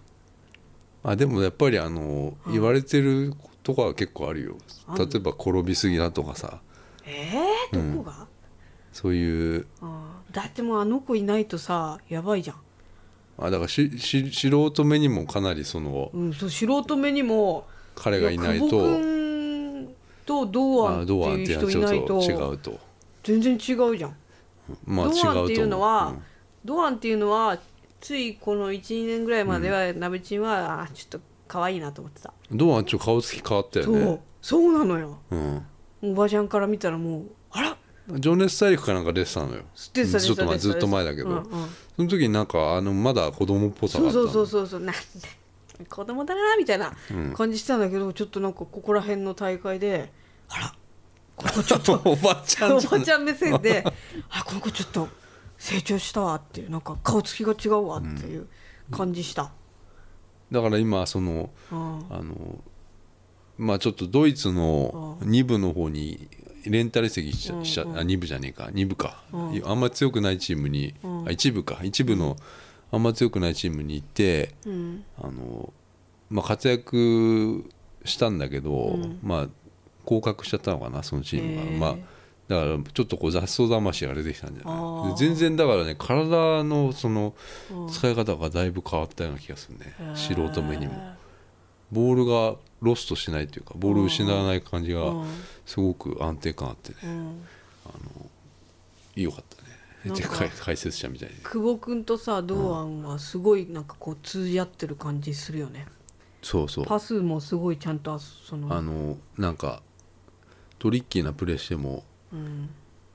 あでもやっぱりあの言われてるとかは結構あるよ
あんの
例えば転びすぎだとかさ
えー、どこが、
そういう
あーだってもうあの子いないとさやばいじゃん、
あだからしし素人目にもかなりその
うん、そう素人目にも
彼がいな
や久
い
保
と
君と堂
あ
安って
堂
いう
安っていう
人い
のは
な
ち
い
ょ
と
っと違うと
全然違うじゃん、
まあ違う
堂安
と思
っていうのは堂安っていうのはついこの12年ぐらいまでは鍋ちんはあちょっと可愛いなと思ってた、
うん堂安ちょっと顔つき変わったよ
そう
ね
そうなのよ
うん
おばちゃんから見たらもうあら
情熱大陸かなんか出てたのよ
出てた
ちょっと前
出て
ず
た
っと前だけど、
うんうん
その時になんかあのまだ子供っぽさ
そ
があ
う
った
そう
の
そうそうそうなんで子供だなみたいな感じしてたんだけど、ちょっとなんかここら辺の大会であらこの子ちょっと
おばちゃん
お
じゃ
ば
ん
ちゃん目線であこの子ちょっと成長したわっていうなんか顔つきが違うわっていう感じした、
だから今その
うん
あのまあちょっとドイツの2部の方にレンタル席しちゃしちゃ、あ2部じゃねえか2部か、あんま強くないチームに、あ1部か一部のあんま強くないチームに行って、
うん
あのまあ、活躍したんだけど、まあ、降格しちゃったのかなそのチームが、
へー
まあ、だからちょっとこう雑草魂が出てきたんじゃ
あ
ない
ー
で全然だからね体のその使い方がだいぶ変わったような気がするね、素人目にもボールがロストしないというかボールを失わない感じが
うん
すごく安定感あってね
うん
良かったね
なん
で
か
かい解説者みたいに
久保君とさ堂安はすごいなんかこう通じ合ってる感じするよね
そうそう
パスもすごいちゃんとその
あのなんかトリッキーなプレーしても
うん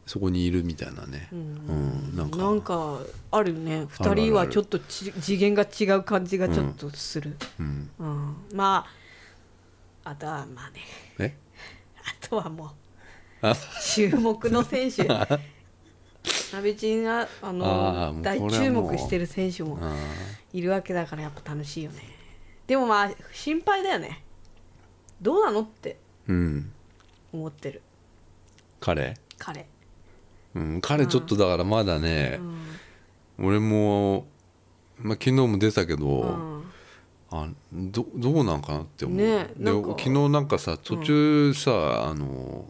そこにいるみたいなね、うんなんか
なんかあるね
ある
2
ある
人はちょっとち次元が違う感じがちょっとする、
うん、
うんまああとはまあね
え
あとはもう
あ
注目の選 手ナベチンがあの
あーもう
大
これは
注
もう
目してる選手も
あ
いるわけだからやっぱ楽しいよねでもまあ心配だよねどうなのって
ーうん
思ってる
彼、
彼
うん、彼ちょっとだからまだね、俺も、まあ、昨日も出たけど、
うん
あどどうなんかなって思う、
ねえ
で
なんか
昨日なんかさ途中さ、あの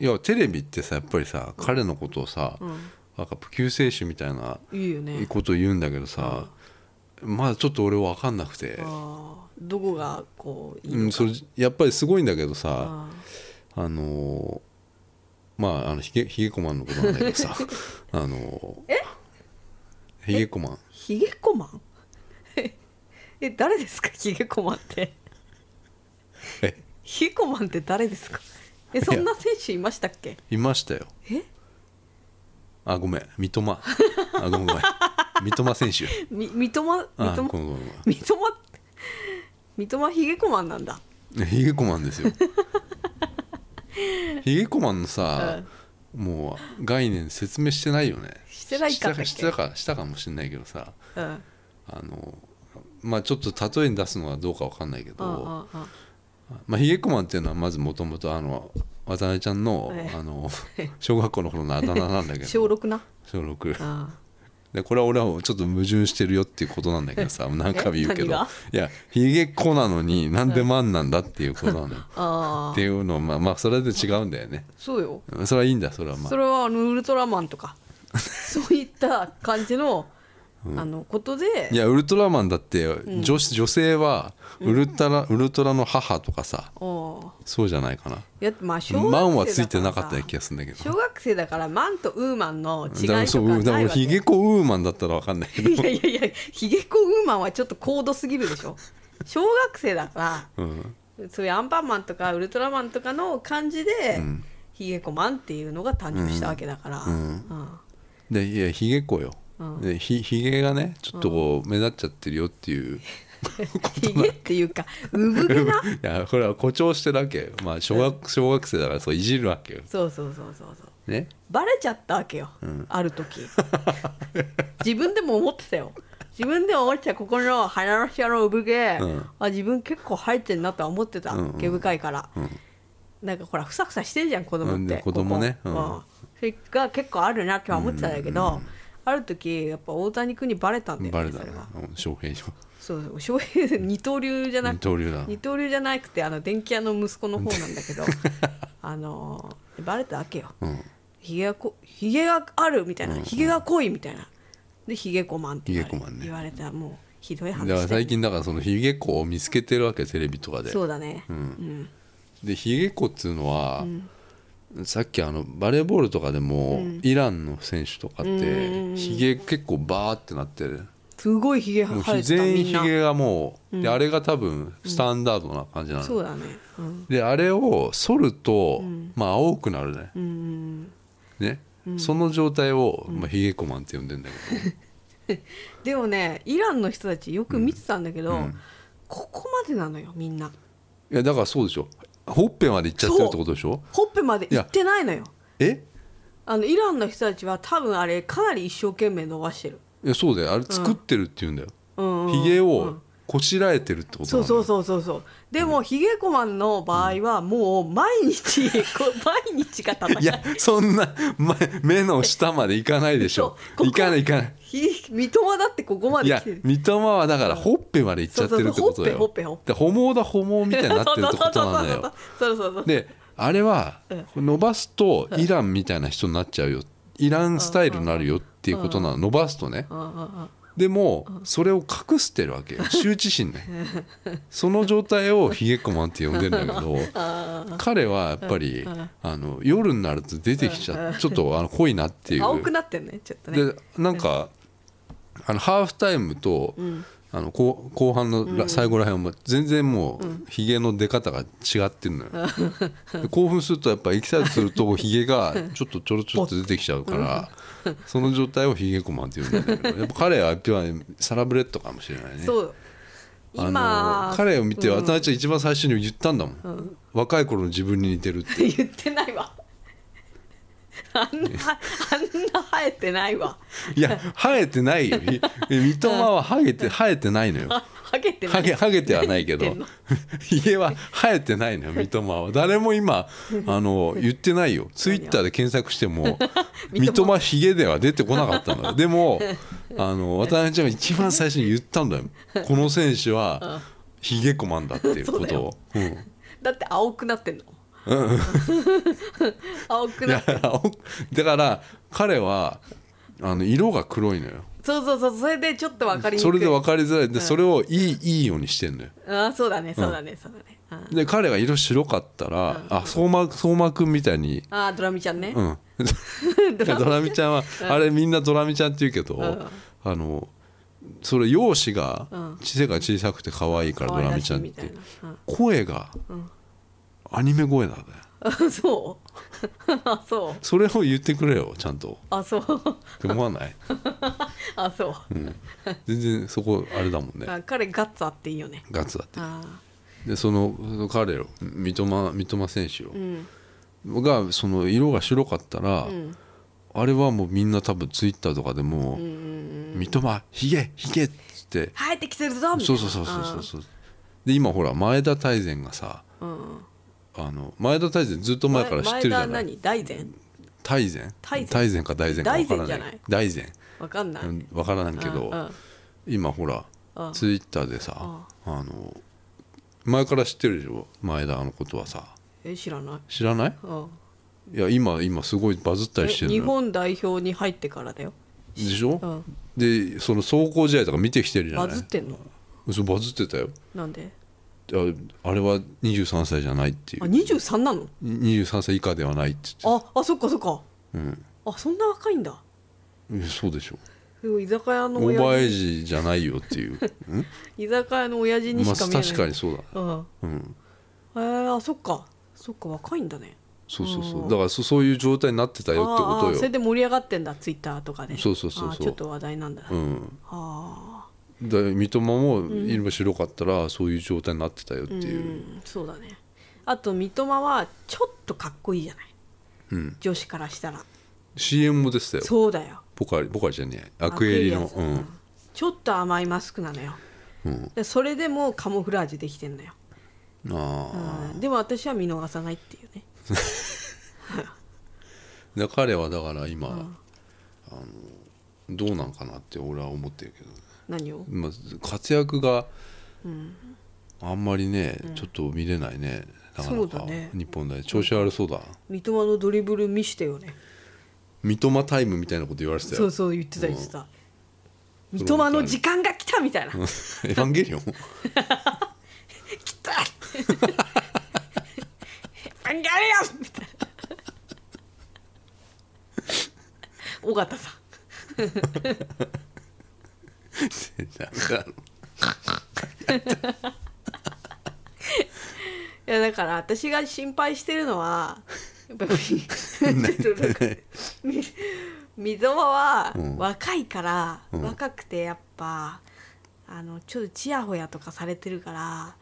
いやテレビってさやっぱりさ彼のことをさ、なんか救世主みたいない
いよね
ことを言うんだけどさ、まだちょっと俺分かんなくて、
あーどこがこういい
うん、
のか
それやっぱりすごいんだけどさ
あ
あのまああのひげひげこまんのことなんだけど さあのひげこまん
ーヒゲコマン え誰ですかヒゲコマンって
え
ヒゲコマンって誰ですかえそんな選手いましたっけ
いましたよ
え
あごめん三笘あごめ んごめん三笘選手
み三笘
あ
三
ごめん
笘
ごめん
三笘三笘ヒゲコマンなんだ
ごめんヒゲコマンで すよヒゲコマンのさ、もう概念説明してないよね
してないかったっけ
してたかしたかもしれないけどさ
うんうん
あのまあちょっと例えに出すのはどうかわかんないけど、
うんうん
まあ、ヒゲコマンっていうのはまずもともとあの渡辺ちゃんの
ええ
あの 小学校の頃のあだ名なんだけ ど
小六な
小六
あ
でこれは俺はちょっと矛盾してるよっていうことなんだけ どさ何回も言うけ
何
ど
が
いやヒゲっ子なのになんでマンなんだっていうことなのよ
あ
っ
ー
ていうのまあまあそれで違うんだよね
そうよ
それはいいんだそれはまあ
それはあのウルトラマンと かそういった感じのあのことで
いやウルトラマンだって女,、女性はウルトラ、ウルトラの母とかさ
おー
そうじゃないかない
やまあ小学生だから
マ
さ
ンはついてなかったような気がするんだけど
小学生だからマンとウーマンの違いと
だか
から
そうだから
ない
俺
わけ
ヒ
い
ゲ子ウーマンだったら分かんない けど
やいやいやヒゲコウーマンはちょっと高度すぎるでしょ小学生だから
うん
そういうアンパンマンとかウルトラマンとかの感じで、
ん
ヒゲコマンっていうのが誕生したわけだから、
ん でいやひげ子
う
よ、
ん
でひひげがねちょっとこう目立っちゃってるよっていう、
ヒゲっていうか産毛な
いやこれは誇張してるわけよまあ小学小学生だからそういじるわけよ
そうそうそうそうそう
ね
バレちゃったわけよ、ある時自分でも思ってたよ自分でも思ってたここの鼻の下の産毛、
うん
あ自分結構生えてんなとは思ってた、
うんうん
毛深いから、なんかほらふさふさしてるじゃん子供って、
うんね
ここ
子供ね
う
うんん
それが結構あるなとは思ってたんだけど、ある時やっぱ大谷君にバレたんだよね
バレた
そ
ね
れは
うん翔平よ
そうそう翔平二刀流じゃなく
二刀流だ
二刀流じゃなくてあの電気屋の息子の方なんだけ どあのバレたわけよ、
うん
ひげがこひげがあるみたいな、ひげが濃いみたいなでひげこまんって言われ
ひげこまんね
言われたもうひどい
だ
話
か
だ
ら最近だからそのひげ子を見つけてるわけテレビとかで
そうだね、うん
でひげ子っつうのは、さっきあのバレーボールとかでも、イランの選手とかってひげ結構バーってなってる
すごいひげ生
もう
え
ひ
てた
全
み
員
ん
ひ
な
げがもう、であれが多分スタンダードな感じなの、
そうだね、うん、
であれを剃ると、まあ青くなるね、ね、その状態を、まあ、ヒゲコマンって呼んでんだけど、
でもねイランの人たちよく見てたんだけど、ここまでなのよみんない
やだからそうでしょほっぺまでいっちゃってるってことでしょ
ほっぺまで行ってないのよ
え
あのイランの人たちは多分あれかなり一生懸命伸ばしてる、
いやそうだよあれ作ってるって言うんだ
う
よ、
んうん
ヒゲをこしらえてるってことな
そ
の
う
よ
そうそうそうそうでもヒゲコマンの場合はもう毎日、こ う毎日が戦い
いやそんな、ま、目の下までいかないでしょ
そうここ
いかないいかない
ひ三笘だってここま
い
で
や
来てる
三笘はだからほっぺまでいっちゃってるってことだ
そ
よ
うそうそうほっ
でほもだほもみたいになってる ってことなんだよ
そうそうそうそうそうそうそう
であれは伸ばすとイランみたいな人になっちゃうよイランスタイルになるよっていうことなの伸ばすとね
うんうんうん
でもそれを隠してるわけよ羞恥 心ねその状態をヒゲコマンって呼んでんだけ ど彼はやっぱりあの夜になると出てきちゃうちょっとあの濃いなっていう
青くなってんねちょっとね
でなんかあのハーフタイムと、あの後後半のら最後らへんも全然もうひげの出方が違ってるのよ、で興奮するとやっぱエキサイトするとひげがちょっとちょろちょろっと出てきちゃうからその状態をひげコマンって言うんだけどやっぱ彼はやっぱりサラブレッドかもしれないね
そう
あ
今
の彼を見て
うん
渡辺ちゃん一番最初に言ったんだもん、
ん
若い頃の自分に似てるって
言ってないわあんなあんな生えてないわ
いや生えてな いよい三笘はハゲて生えてないのよ
あハゲてな
ハ
い
ゲハゲてはないけ
何
ど
言っ
家は生えてないのよ三笘は誰も今あの言ってないよツイッターで検索して も三笘ひげでは出てこなかったのよで もあの渡辺ちゃんが一番最初に言ったんだよこの選手はひげコマンだっていうことを。うん
だって青くなってんの、 青く
い
な
や
って
青だから彼はあの色が黒いのよ
そうそうそうそれでちょっと分かりにくい
それで分かりづらいで、それをいいいいようにしてんのよ
あそうだねそうだね、そうだねあ
で彼が色白かったら、あ相馬相馬君みたいに
あドラミちゃんね、
うん
ドラ
ドラミちゃんは、あれみんなドラミちゃんって言うけど、
ん
あのそれ容姿が
うん
背が小さくて可愛いから
可
ド
愛
ラ
ら
ミち
し
ゃ
い
んっ
みた
て
いなうん
声が、アニメ声なんだよ
あそうあそう
それを言ってくれよちゃんと
あそう
って思わない
あそう、
全然そこあれだもんね
あ彼ガッツあっていいよね
ガッツだって
あ
でそのその彼を三笘三笘選手を
ー、うん
がその色が白かったら、
ん
あれはもうみんな多分ツイッターとかでも
うんうん
「三笘ひげひげ」っつって
生えてきてるぞみた
そ
いうな
そうそうそうそうそうで今ほら前田大然がさ
あーうん
あの前田大然ずっと前から知ってるじゃ
前
ない
田何大善
大然
大然
大然か大然か分か
大
ら
然じゃ
な
ないい
大然
わかんない、
うん分からないけど、
うんうん
今ほら
うん
ツイッターでさ、あの前から知ってるでしょ前田のことはさ
え知らない、
知らない
うん、
いや今今すごいバズった
え
りしてるの
日
よ
本代表に入ってからだよ、
でしょ、
うん、
でその走行試合とか見てきてるじゃない
バズってんの
そうバズってたよ
なんで
ああれは23歳じゃないってい
あ
う
23なの
23歳以下ではないって言って
ああそっかそっか
たうん
あそんな若いんだ
えそうでしょ
でも居酒屋の
オーバーエ
親
イ
父
ジじゃないよっ ていう、
居酒屋の親父に
まあ、
しか見えない、
確かにそうだ
うん
うん
えー、あそっかそっか若いんだね
そうそうそううんだからそそういう状態になってたよってこ
あーあー
と
それ
よ
で盛り上がってんだツイッターとかで
そうそうそうそう
あーちょっと話題なんだ、
う
あ
ん
あ
で三笘も色白かったらそういう状態になってたよって
ーう
いうん
そうだねあと三笘はちょっとかっこいいじゃない
うん、
女子からしたら
CM も出てたよ
そうだよ
ポカリポカリじゃねえアクエリの
アクエリやつちょっと甘いマスクなのよ
うん、うん、
でそれでもうカモフラージュできてんのよ、
あ
う
あ
ん、でも私は見逃さないっていうね
で彼はだから今、あのどうなんかなって俺は思ってるけど、
何を
まあ、活躍があんまりね、ちょっと見れないねなか
そ
な
うだ
か、
ね
日本で調子悪そうだ、
三笘のドリブル見してよね
三笘タイムみたいなこと言われてた
そ
よ
う
「
そう言ってた言ってた、
ん
三笘の時間が来たみたいな来
エヴァンゲリオン」
たバンガリアンみたいな 尾形さん
なんか
いやだから私が心配してるのはやっ ぱりちょっとなんか み溝間は
ん
若いから、
ん
若くてやっぱあのちょっとちやほやとかされてるから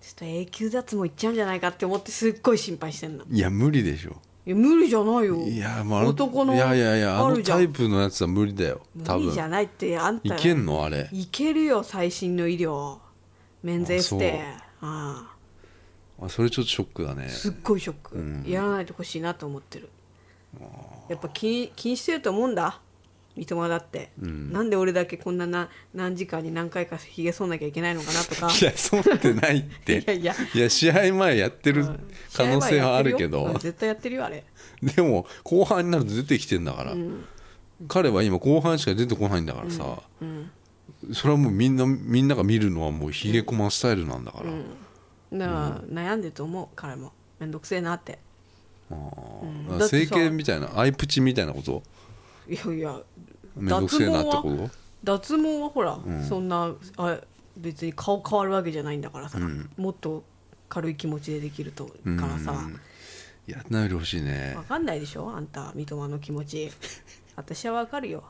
ちょっと永久脱毛いっちゃうんじゃないかって思ってすっごい心配してんのい
いや無理でしょ
や無理じゃないよ
いやもうあの
男の
いやいやいやあ
あ
の
るじゃ
タイ
ん
プのやつは無理だよ多
無理
分
じゃないってあん
い
た
けんのあれ
いけるよ最新の医療免税してああ
あそれちょっとショックだね
すっごいショック、やらないでほしいなと思ってるやっぱ気に気にしてると思うんだ三笘だって、なんで俺だけこんなな何時間に何回かひげ剃んなきゃいけないのかなとか
いやそうってないって
いやいや
試合前やってる可能性はあるけ
試合前やってようん
ど
絶対やってるよあれ
でも後半になると出てきてんだから、彼は今後半しか出てこないんだからさ、それはもうみんなみんなが見るのはもうヒゲコマンスタイルなんだから、
だから悩んでると思う彼も面倒くせえなって
あ
ん
ー
だって
整
さ
形みたいなアイプチみたいなこと
いやいや
めんどくせえなってこ
脱毛脱
と
毛はほら、そんなあ別に顔変わるわけじゃないんだからさ、もっと軽い気持ちでできるとからさ、
うんやんないでほしいね
わかんないでしょあんた三笘の気持ち私はわかるよ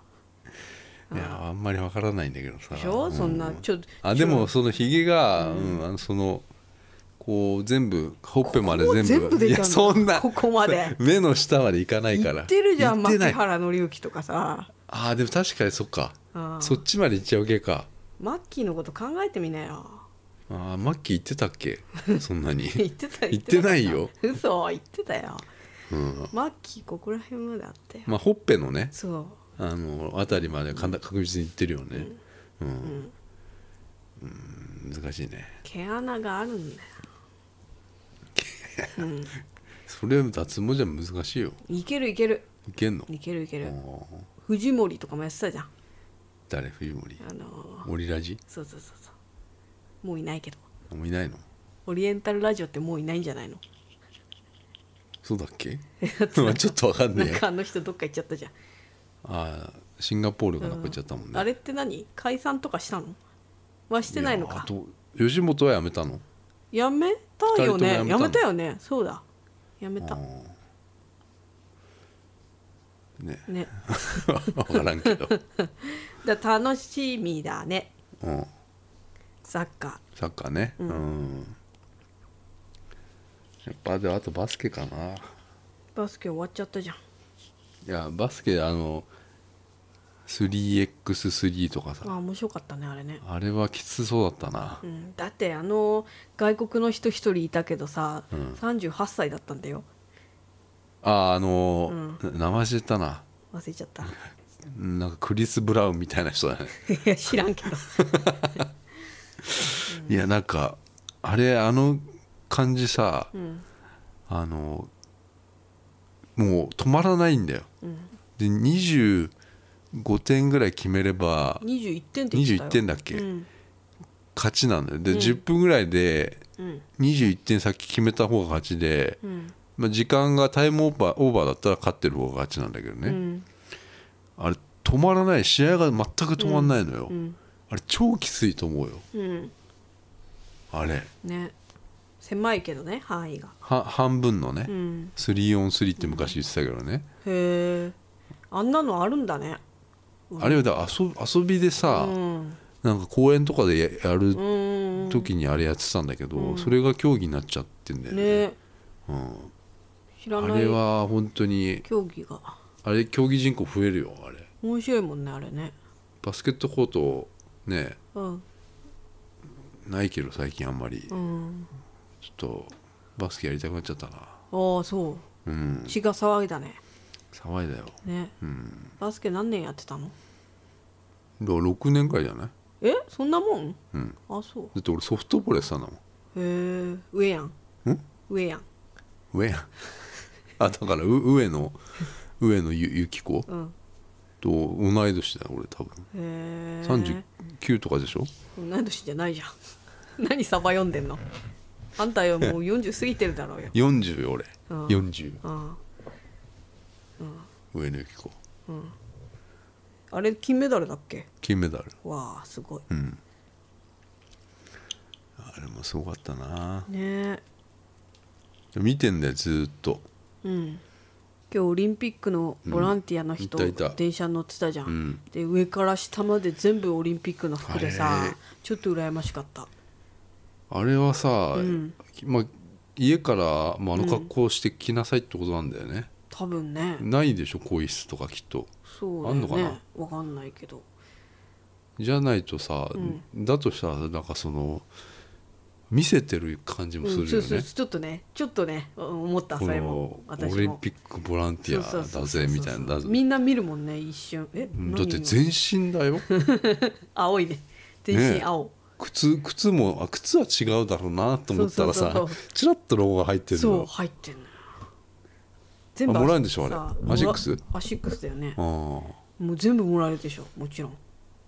いやあんまりわからないんだけどさ
でしょ、
う
そんなちょっと
あでもそのひげが、うんあのそのこう全部ほっぺまで全部
ここ全部で
い
いかんの
やそんな
ここまで
目の下までいか ないから
言ってるじゃん
行って
牧
ない
原紀之とかさ
あーでも確かにそっか
あー
そっちまで行っちゃう系か
マッキーのこと考えてみなよ
あーマッキー言ってたっ けそんなに
言ってた
言ってないよ
言ってなかった嘘言ってたよ
うん、
マッキーここら辺まであったよ
まあほっぺのね
そう
あの辺りまでかんだ確実に行ってるよねうん、うん難しいね
毛穴があるんだよ
それ脱毛じゃ難しいよ
いけるいける
いけんの
いけるいけ
あ
る
ー
藤森とかもやってたじゃん
誰冬森
あのー
森ラジ
そうそうそうそうもういないけど
あもういないの
オリエンタルラジオってもういないんじゃないの
そうだっけま あちょっとわかん
な
ね
ん
えや
かあの人どっか行っちゃったじゃん
あーシンガポールかなんか行っちゃったもんね、
あれって何解散とかしたのはしてないの
やあ
か
と吉本は辞めたの
やめたよね
二人と
や
も
め
やめたの
たよねそうだやめた
あーね
ね
わからんけど、
だ楽しみだね
うん、
サッカ
サッカーねうん、やっぱであとバスケかな
ーバスケ終わっちゃったじゃん
いやバスケあの 3x3 とか
あー
さ
面白かったねあれね、
あれはきつそうだったな
うん、だってあの外国の人一人いたけどさ、
うん
38歳だったんだよ
あーあのー名前知ったな
忘れちゃった
なんかクリス・ブラウンみたいな人だね
いや 知らん けど
いやなんかあれあの感じさ、
ん
あのもう止まらないんだよ、で25点ぐらい決めれば
21点って言ってた
21
よ
点だっけ、
うん
勝ちなんだよで、10分ぐらいで
うん
21点先決めた方が勝ちで、
うん
まあ、時間がタイムオーバーオーバーだったら勝ってる方が勝ちなんだけど
う
ね、
ん
あれ止まらない試合が全く止まらないのよ、
うん
あれ超きついと思うよ
うん
あれ
ね狭いけどね範囲が
は半分のね、
うん
3on3 って昔言ってたけどね、
へえあんなのあるんだね
あれはだ遊び遊びでさ、
うん
なんか公園とかでややる
うん
時にあれやってたんだけど、それが競技になっちゃってんだよね
ね
うん、
知ら
あ
な
れ
い
は本当に
競技が
あれ競技人口増えるよあれ
面白いもんねあれね
バスケットコートね
うん
ないけど最近あんまり、
う
ちょ
ん
っとバスケやりたくなっちゃったな
ああそう
うん
血が騒いだね
騒いだよ
ね
うん
バスケ何年やってたの
6年くらいじゃない
えそんなもん
うん
あそ
だって俺ソフトボールやってたんだもん
うへえ上やん
ん
上やん
上やんあだからう上野上野ゆゆき子と
うん
同い年だよ俺多分
へえ
39とかでしょ
同い年じゃないじゃん 何サバ読んでんのあんたよもう40過ぎてるだろう よ
40よ俺
うん
40
あ
上野由岐子
ああれ金メダルだっけ
金メダル
わあすごい
うんあれもすごかったな
ね
見てんだよずーっと
えうん今日オリンピックのボランティアの人、
うんいたいた
電車に乗ってたじゃん、
うん
で上から下まで全部オリンピックの服でさ
あれ
ちょっと羨ましかった
あれはさ、
ん
まあ、家から、まあ、あの格好してきなさいってことなんだよね、
多分ね
ないでしょ更衣室とかきっと
そうだよ
あんのか
ね
な
わかんないけど
じゃないとさ、だとしたらなんかその見せてる感じもす
うん、
るよ
そう
ね、
そうちょっとねちょっとねうん思ったそれも
この
私も
オリンピックボランティ
そう
ア
そうそ
だ
う
ぜ
そう
みたいなだ
みんな見るもんね一瞬え
だって
何
全身 だよ
青いね全身
ね
青、
靴靴もあ靴は違うだろうなと思ったら
そうそ
さ
うそう
チラッとロゴが入ってる
そう
の
入ってんのよ全部
あもらえんでしょあれ
さ
アシックス
もらアシックスだよね
あー
もう全部もらえるでしょもちろん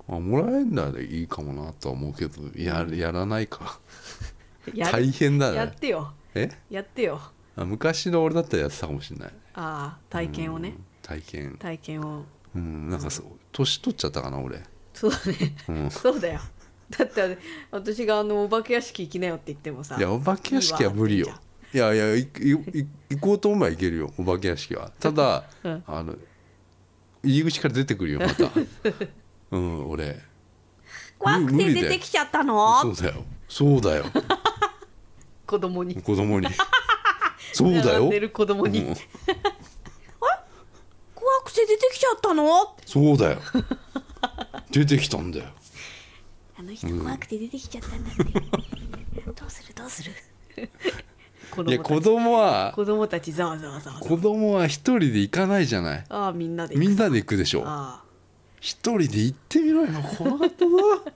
あもらえんならいいかもなとは思うけどややらないか
や
大変だ
やっ
ね
てよ
え
やってよ
あ昔の俺だったらやってたかもしれない
ああ体験をね
うん体験
体験を
うんなんかそう年取っちゃったかな俺
そうだね、
ん
そうだよだって私があのお化け屋敷行きなよって言ってもさ
いやお化け屋敷は無理よ
いいわ
いやいやいいい行こうと思えば行けるよお化け屋敷はただ、
うん
あの入り口から出てくるよまたうん俺
怖く
無
て
理だよ
出てきちゃったの
そうだよそうだよ
子供に
子供 にそうだ
並
よ
んでる子供に
うん
怖くて出てきちゃったの
そうだよ出てきたんだ よ
あの人怖くて出てきちゃったんだって。どうするどうする
子
いや
供た
子
ち
供は
子供たちざわざわざわざわ
子供は一人で行かないじゃない
ああみんなで行く
みんなで行くでしょ
あ
一人で行ってみろよ怖かったぞ
あ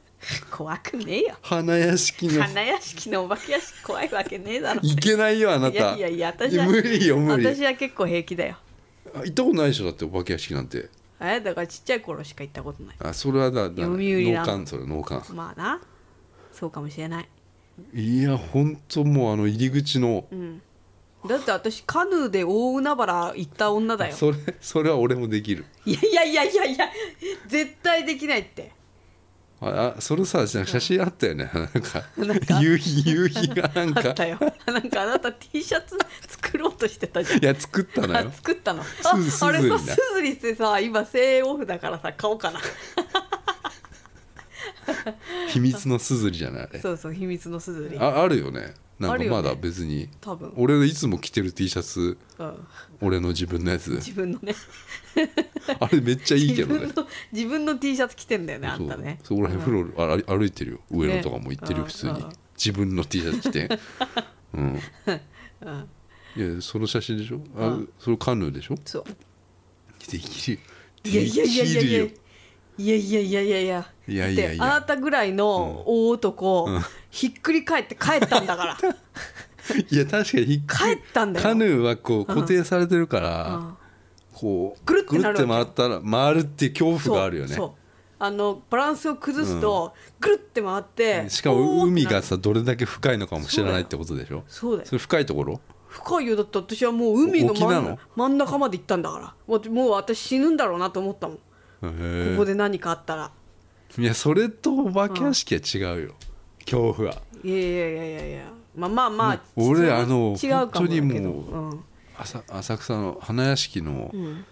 怖くねえよ
花屋敷の
花屋敷のお化け屋敷怖いわけねえだろ
行けないよあなた
いやいやいや私は
無理よ無理
私は結構平気だよ
あ行ったことないでしょだってお化け屋敷なんて
えだからちっちゃい頃しか行ったことない
あそれはだだ
読売ラン
脳幹それ脳幹
まあなそうかもしれない
いやほんともうあの入り口の、
うんだって私カヌーで大海原行った女だよ
それそれは俺もできる
いやいやいやいやいや絶対できないって
ああそれさなんか写真あったよね、なんか
なんか
夕日夕日がなん
あ
か
ったよなんかあなた T シャツ作ろうとしてたじゃん
いや作ったのよ
あ作ったのあ
ず
あれ
すずり
さ
だ
スズリってさ今セールオフだからさ買おうかな
秘密のすずりじゃないあれ
そうそう秘密のスズリ
ああるよねな
あ
ん
る
か
よね
まだ別に、
多分、
俺のいつも着てる T シャツ
うん、
俺の自分のやつ
自分のね
あれめっちゃいいけどね
自分の自分の T シャツ着てんだよねあんたね
そうそこら辺フロー歩歩いてるよ上野とかも行ってるよ、
ね
普通
うん
に
うん
自分の T シャツ着てうん
うん、
いやその写真でしょあ、
うん
それカヌーでしょ
そう
できるよ
いやいやいやいやいや
できるよ
いやいやいやいやいや
いやいや
だって
いや
あなたぐらいの大男、ひっくり返って帰ったんだから
いや確かにひっくり
帰ったんだよ
カヌーはこう固定されてるか
う
ら
ん
こう
ぐるってなるわけ
回ったら回るっていう恐
そう
怖があるよね
そうあのバランスを崩すと、くるって回って
しか
お
も
ーって
海
なる
がさどれだけ深いのかも知らないってことでしょ
そうだよ
それ深いところ
深いよだって私はもう海の
沖
真
なんの
真ん中まで行ったんだからもうもう私死ぬんだろうなと思ったもん、
へ
こ
ー
こで何かあったら
いやそれとお化け屋敷は違うよ恐怖はい
やいやいやいやいやまあまあまあ
もう俺
質問
あの
違うかもだけど
本当にもう
うん
浅浅草の花屋敷の
うん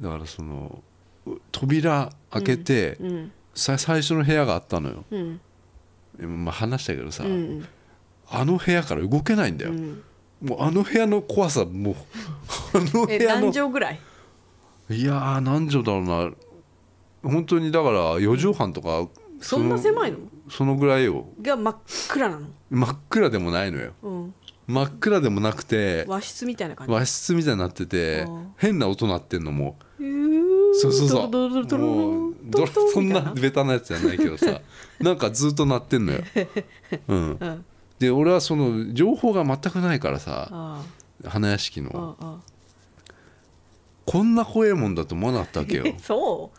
だからそのう扉開けて
うん
さ最初の部屋があったのよ
うん
でもまあ話したけどさ
うん
あの部屋から動けないんだ
う
よ
ん
もうあの部屋の怖さもうあの部
え
屋の
何畳ぐらい
いやー何畳だろうな本当にだから4畳半とか
そんな狭いの
そのぐらいよ
が真っ暗なの、
真っ暗でもないのよ
うん、
真っ暗でもなくて
和室みたいな感じ
和室みたいになってて
うん
変な音鳴ってんのも
うー
そうそうそ
ドロドロド
う
ロ
もう
ド
ド
ロ
ラ
ドロ
そん
みたい
なベタなやつじゃないけどさなんかずっと鳴ってんのよ、うん、
うん
で俺はその情報が全くないからさ
あ
花屋敷
ああ
の
ああ
こんな怖えもんだと思わなかったわけよ
あそ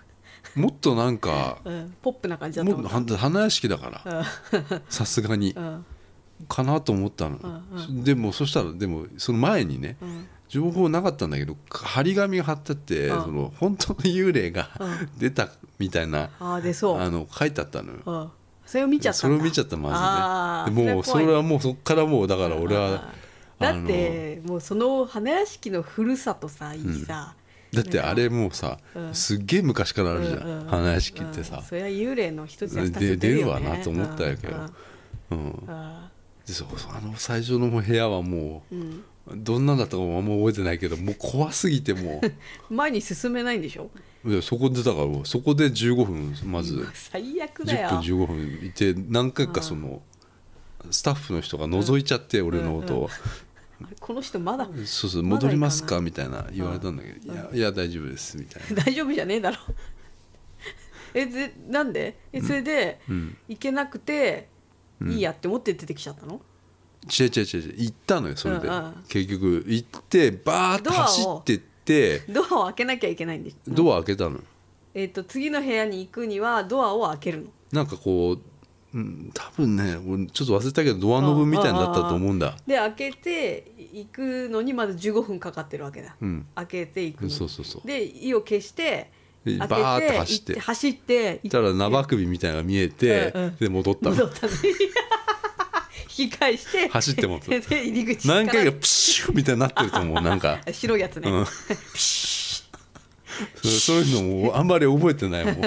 もっとなんか
う、うん、ポップな感じだと
もっと
思っ
は花屋敷だから
た
さすがに
うんうん
かなと思ったの、
うん
でもそしたらでもその前にね
うん
情報なかったんだけど張り紙が貼ってあって、
うん
その本当の幽霊が出たみたいな、
ああでそう
あの書いてあったのよ
うんそれを見ちゃった
そ
ん
れ
だ
を見ちゃったマ
あー
ジででもう
そ
そ
れは怖い
れはもうそっからもうだから俺は
だ
あ
っ
の
てもうその花屋敷の古さとさいいさ、
だってあれもうさ
うん
すっげえ昔からあ
うん
る
う
じ
ん
ゃん花屋敷って
う
さ
んそりゃ幽霊の一つや二つ出
で出
る
る
よ
わ
ね
なと思ったんやけど
うん
うん
うん
でそうそうあの最初の部屋はもう
うん
どんなんだったかもあんま覚えてないけどもう怖すぎても
前に進めないんでしょ
ういやそこでだからもうそこで15分まず
最悪だよ
10分15分いて何回かそのスタッフの人が覗いちゃって俺の音を
あれこの人まだ
「そうそう
まだ行かない
戻りますか?」みたいな言われたんだけど「いやいや大丈夫です」みたいな。
大丈夫じゃねえだろえでなんでえそれで、
うん
行けなくて、いいやって思って出てきちゃったの
違う違う違う違う行ったのよそれで、
うんうん
結局行ってバーッと
ドアを
走ってって
ドアを開けなきゃいけないんで
ドア開けたのよ
えっ、と次の部屋に行くにはドアを開けるの
なんかこう、うん、多分ね俺ちょっと忘れたけどドアノブみたいになったと思うんだ
で開けて行くのにまだ15分かかってるわけだ、
うん
開けていくの
そうそうそう
で意を消して
で
開
バー
け
ッ
て
と
行走
走って
って
そしたら生首みたいなのが見えて、
うんうん
で戻ったの
戻ったね 引き返して
走って戻った
で入り口から
何回かプシュッみたいになってると思うなんか、
白いやつね、
うん、そうそういうのもあんまり覚えてないもん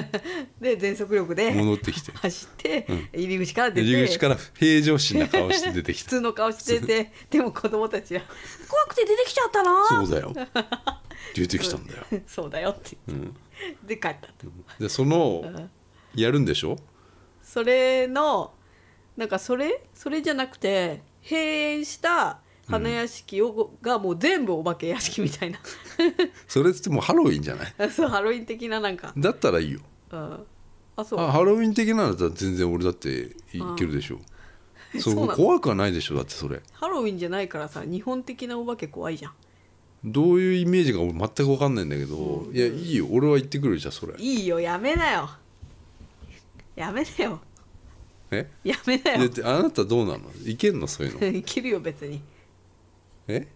で全速力で
戻ってきて
走って入り口から出て、
入り口から平常心な顔して出てき
普
た
通の顔して てでも子供たちは
怖くて出てきちゃったな
そうだよ出てきたんだよ、
「 そうだよ」って
う
言って、
ん、
で帰ったと、
でその
うん
やるんでしょ
それのなんかそれそれじゃなくて閉園した花屋敷を、がもう全部お化け屋敷みたいな
それってもうハロウィンじゃない
そうハロウィン的ななんか、
だったらいいよ
うん、あそう
あハロウィン的なのだったら全然俺だっていけるでしょそう
そうなの
怖くはないでしょだってそれ
ハロウィンじゃないからさ日本的なお化け怖いじゃん
どういうイメージか俺全く分かんないんだけど、いやいいよ俺は行ってくるじゃんそれ
いいよやめなよやめなよ
え
やめない
や
よ
であなたどうなの行けんのそうい うの
いけるよ別に
え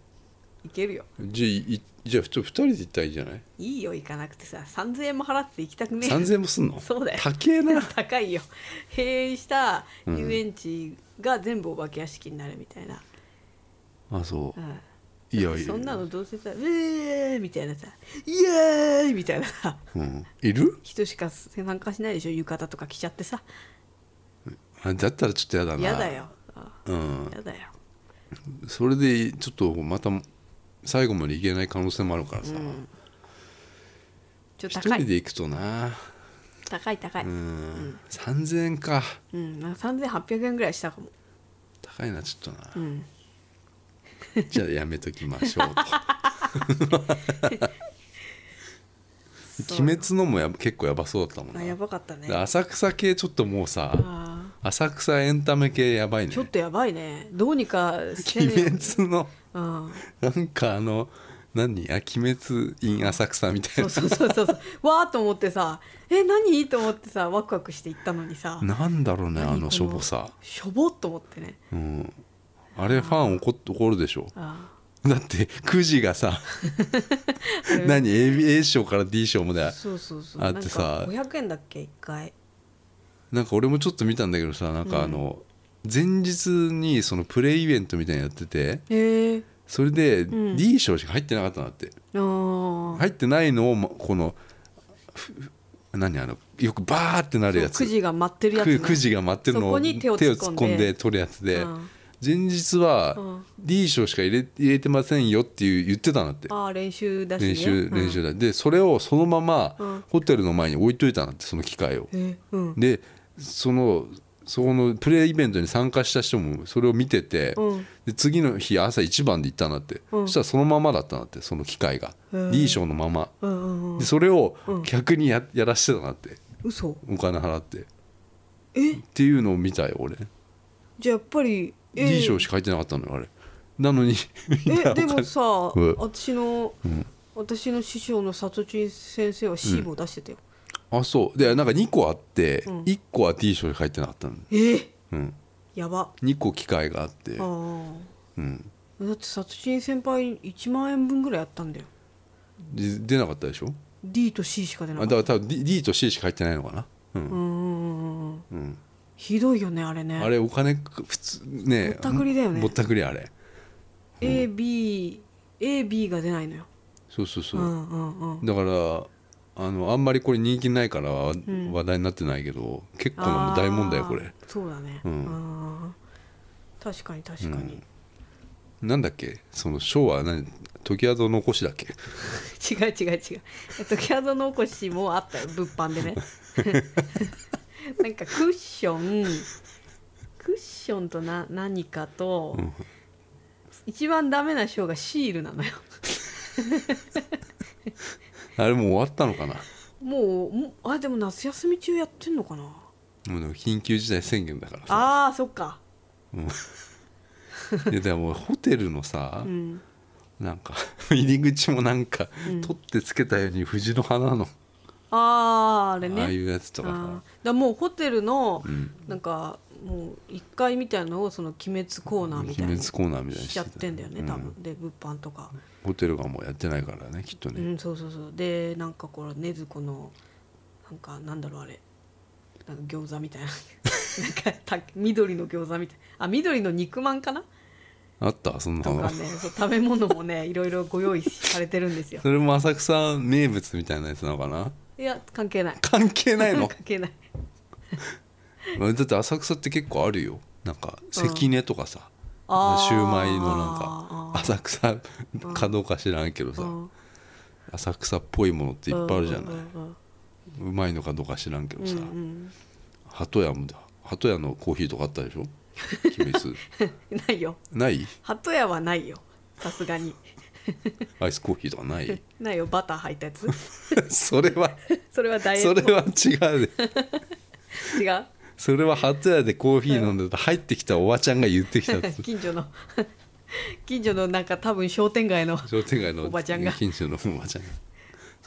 いけるよ
じゃあいじゃあ普通2人で行ったらいいじゃない
いいよ行かなくてさ3000円も払って行きたくねえ
3000円もすんの
そうだよ
高え な
高いよ閉園した遊園地が全部お化け屋敷になるみたいな、
あそう
うん
いやいや
そんなのどうせさ「うえー!」みたいなさ「イエーイ!」みたいな さ
うん、いる
人しか参加しないでしょ浴衣とか着ちゃってさ
あだったらちょっとやだな
嫌だよ、あ
うん、
嫌だよ
それでちょっとまた最後まで行けない可能性もあるからさ
ちょっ
一、
と高
人
い
で行くとな
高い高い、う
うんん、3000円か
なんか3800円ぐらいしたかも
高いなちょっとな、
ん
じゃあやめときまし ょう
そう
と「鬼滅の」もやば結構やばそうだったもん
あ
な、
やばかったね
浅草系ちょっともうさ
あ
浅草エンタメ系やばい
ー
ね
ちょっとやばいねどうにかして
鬼
ね
滅の
うん
なんかあの何あ鬼滅 in 浅草みたい
そう
な
そうそうそうそうわーっと思ってさえ何と思ってさワクワクして行ったのにさ
なんだろうね
何
あのしょ
こ
ぼさ、
しょぼっと思ってね
うん、あれファン怒っ怒るでしょ
あ
だってくじ がさ何 A, A 賞から D 賞まで
ーそうそうそう
あってさ
なんか500円だっけ一回
なんか俺もちょっと見たんだけどさなんかあの、前日にそのプレイイベントみたいなのやってて
へえ
それで
ん
D 賞しか入ってなかったんだって、
あー
入ってないのをまこのふふ何あのよくバーってなるや
そう
つ
くじが待ってるやつ、
くくじが待ってるの
そこ
を
に手
手
を
を
突
突
っ
っ
込んで
込んで取るやつで、
うん
前日
う
は
ん
D 賞しか入れ入れてませんよっていう言ってたんだって
あー練習だし、ね、
練習練習
だ、
だ、でそれをそのま
う
ま
ん
ホテルの前に置いといたんだってその機械を、
うん、えうん
でそのそこのプレイイベントに参加した人もそれを見てて、
うん
で次の日朝一番で行ったんだって、
うん
そしたらそのままだったんだってその機械が
へえ
D 賞のまま、
うんうんうん
でそれを客にややらしてたんだって
嘘
お金払って
え
っていうのを見たよ俺、
じゃあやっぱり
D 賞しか入ってなかったのよあれなのにみんな
え
お
で
金
もさ、
うん
私の、私の師匠の里地先生は C も出してたよ、
あそうでなんか2個あって、
うん
1個は D 賞しか入ってなかったの、
えー
うん、
やば
2個機会があって
あー
うん、
だって殺人先輩1万円分ぐらいやったんだよ
で出なかったでしょ
D と C しか出
あ
なかっ
だか
た
ら多分 D, D と C しか入ってないのかなうん
う、んうんうんうん
うん
ひどいよねあれね
あれお金か普通ね
ぼったくりだよね
ぼったくりあれ
ABAB が出ないのよ
そうそうそうう、
んうんうん
だからあのあんまりこれ人気ないから
ん
話題になってないけど、結構
あ
な
ー
大問題よこれ
そうだねう
うん
ん確かに確かに、
なんだっけその賞は何時宿のしだっけ
違う違う違うえっとキャドのおこしもあったよ物販で ねなんかクッションクッションとな何かと、
うん
一番ダメな賞がシールなのよ
あれもう終わったのかな
もうもうあでも夏休み中やってんのかな
もうでも緊急事態宣言だからさ
あーそっか
いやでもホテルのさ、
うん
なんか 入り口もなんか、
うん
取ってつけたように藤の花の、
あーあれね
ああいうやつと
あ
か
ーだ
さ
からもうホテルの、
ん
なんかもう1階みたいなのをその鬼滅コーナーみ
秘
たいなの
密コーナーみたいに
しちゃってんだよね
うん
多分、で物販とか、
ホテルがもうやってないからねきっと
う
ね、
ん、そうそうそうでなんかこれ禰豆子のなんかなんだろうあれなんか餃子み たいななんかた緑の餃子みたいあ緑の肉まんかな
あったそんな
と
の
かねそう食べ物もねいろいろご用意されてるんですよ
それも浅草名物みたいなやつなのかな
いや関係ない
関係ない の
関係ない
だって浅草って結構あるよなんか関根とかさ、
あー
シューマイのなんか
あー
浅草かどうか知らんけどさ、
うん
浅草っぽいものっていっぱいあるじゃない、
うんうん
うまいのかどうか知らんけど
うんう
さ、
ん
鳩屋もだ鳩屋のコーヒーとかあったでしょ鬼 滅
うんないよ
ない
鳩屋はないよさすがに
アイスコーヒーとかない
ないよバター入ったやつ
それは
それはダイエ
そ
ッ
れ
ト
は違うで
違う
それは鳩屋でコーヒー飲んでた入ってきたおばちゃんが言ってきたやつ
近所の近所のなんか多分商店街の
商店街の
おばちゃんが
近所のおばちゃんが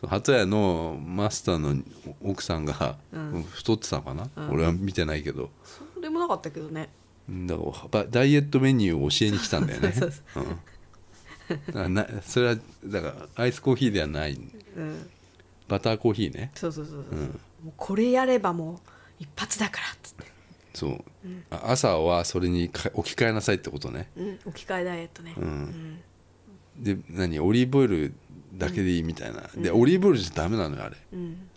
そう鳩屋のマスターの奥さんが、
うん
太ってたのかな、俺は見てないけど
それもなかったけどね
だからばダイエットメニューを教えに来たんだよ ね
そうそう
うんだからなそれはだからアイスコーヒーではない
うん
バターコーヒーね
そうそうそうそう、
うん
もうこれやればもう一発だからっつって、
そう、あ朝はそれにか置き換えなさいってことね
うん、置き換えダイエットね、
うん
ん
で何オリーブオイルだけでいいみたいな、でオリーブオイルじゃダメなのよあれ、
うん、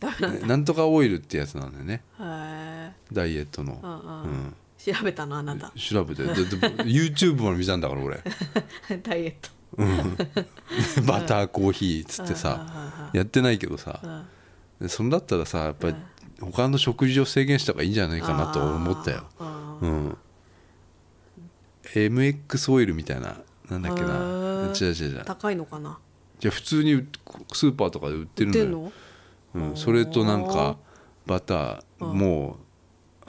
ダメなんだ、
ねなんとかオイルってやつなんだよね
へえ
ダイエットの、
うんう
うんん、
調べたのあなた
調べてでで YouTube まで見たんだから俺
ダイエット
バターコーヒーっつってさやってないけど
う
さ
ん
でそれだったらさやっぱり他の食事を制限した方がいいんじゃないかなと思ったよ、
あ
う
ー
ん、MX オイルみたいななんだっけ
へ
な
ー
違う違う違う
高いのかな
じゃ普通にスーパーとかで売って
売
る
っ
の
て
よ
んの
うん、それとなんかバター
うん
もう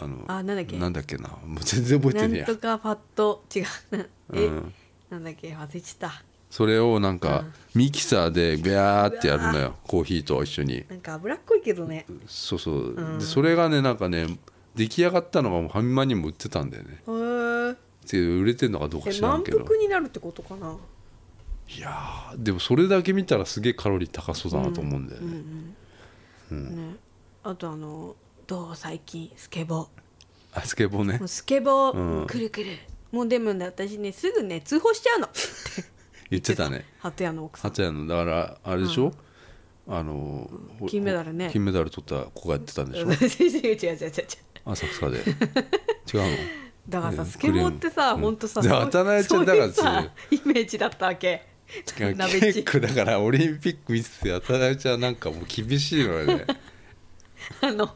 あの
あなんだっけ
なんだっけなもう全然覚
な
えてねえ
ん
や
とかファット違うなえ、
うん
なんだっけ忘れちゃった
それをなんかミキサーでビャーってやるのよコーヒーと一緒に
なんか脂っこいけどね
そうそう、
ん
でそれがねなんかね出来上がったのがもうファミマにも売ってたんだよね
へー
って売れてんのかどうか
え
知らん
満
けど
腹になるってことかない
やーでもそれだけ見たらすげえカロリー高そうだなと思うんだよね、
ね、あとあのどう最近スケボ
あスケボーね
ーもうスケボー、
うん
くるくるもうでもね私ねすぐね通報しちゃう の
言ってたね
鳩屋の奥さん
初やのだからあれでしょ、あのほ
金メダルね
金メダル取った子がやってたんでし
違
ょ
う 違う違う違う違う
浅草 で違う
だからさ、
ね
スケボーってさ、
クレーム
ほんとさ
で
そう
渡辺ちゃん
そうい
だか
う
らす
さイメージだったわけ
の
鍋
結
地
構だからオリンピック見てて渡辺ちゃんなんかもう厳しいのよ ね
あの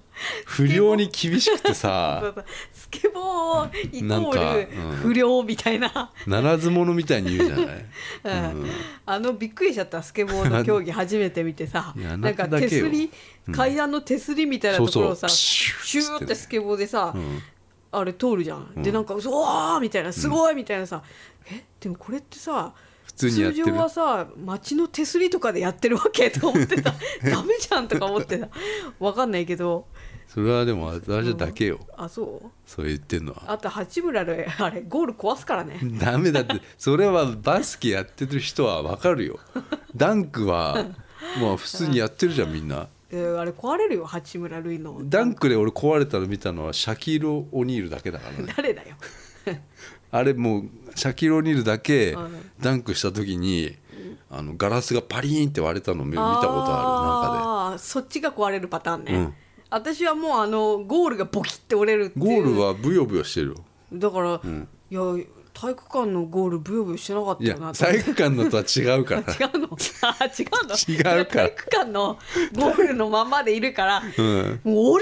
不良に厳しくて
そう
さ
そうスケボーイコ
なんか
ー
うん
ル不良みたいな、
ならず者みたいに言うじゃない
うんあのびっくりしちゃったスケボーの競技初めて見てさ
いやあ
な
なん
か
た
手
だけ
す
よ
り、階段の手すりみたいなところをさ
そうそう
シューってスケボーでさ、
ん
あれ通るじゃん、でなんか「うわー!」みたいな「すごい!」みたいなさ、えでもこれってさ
普通にやってる
通常はさ街の手すりとかでやってるわけと思 ってさダメじゃんとか思ってさわかんないけど
それはでも渡辺ちゃんだけよ、
あそう
そう言ってんのは
あと八村であれゴール壊すからね
ダメだってそれはバスケやってる人は分かるよダンクはまあ普通にやってるじゃんみんな
えーあれ壊れるよ八村塁の
ダンクで俺壊れたの見たのはシャキール・オニールだけだからね
誰だよ
あれもうシャキール・オニールだけ
うん
ダンクした時にあのガラスがパリーンって割れたのを見見たことあ
ああそっちが壊れるパターンね、
うん
私はもうあのゴールがボキって折れるって
る
い
中で
う
ゴールはブヨブヨしてるよ
だから、いや体育館のゴールブヨブヨしてなかった
い
よな
や
と思
体
って
育館のとは違うから
違うのあ違うの
違うから
体育館のゴールのままでいるから、
ん
もう折れ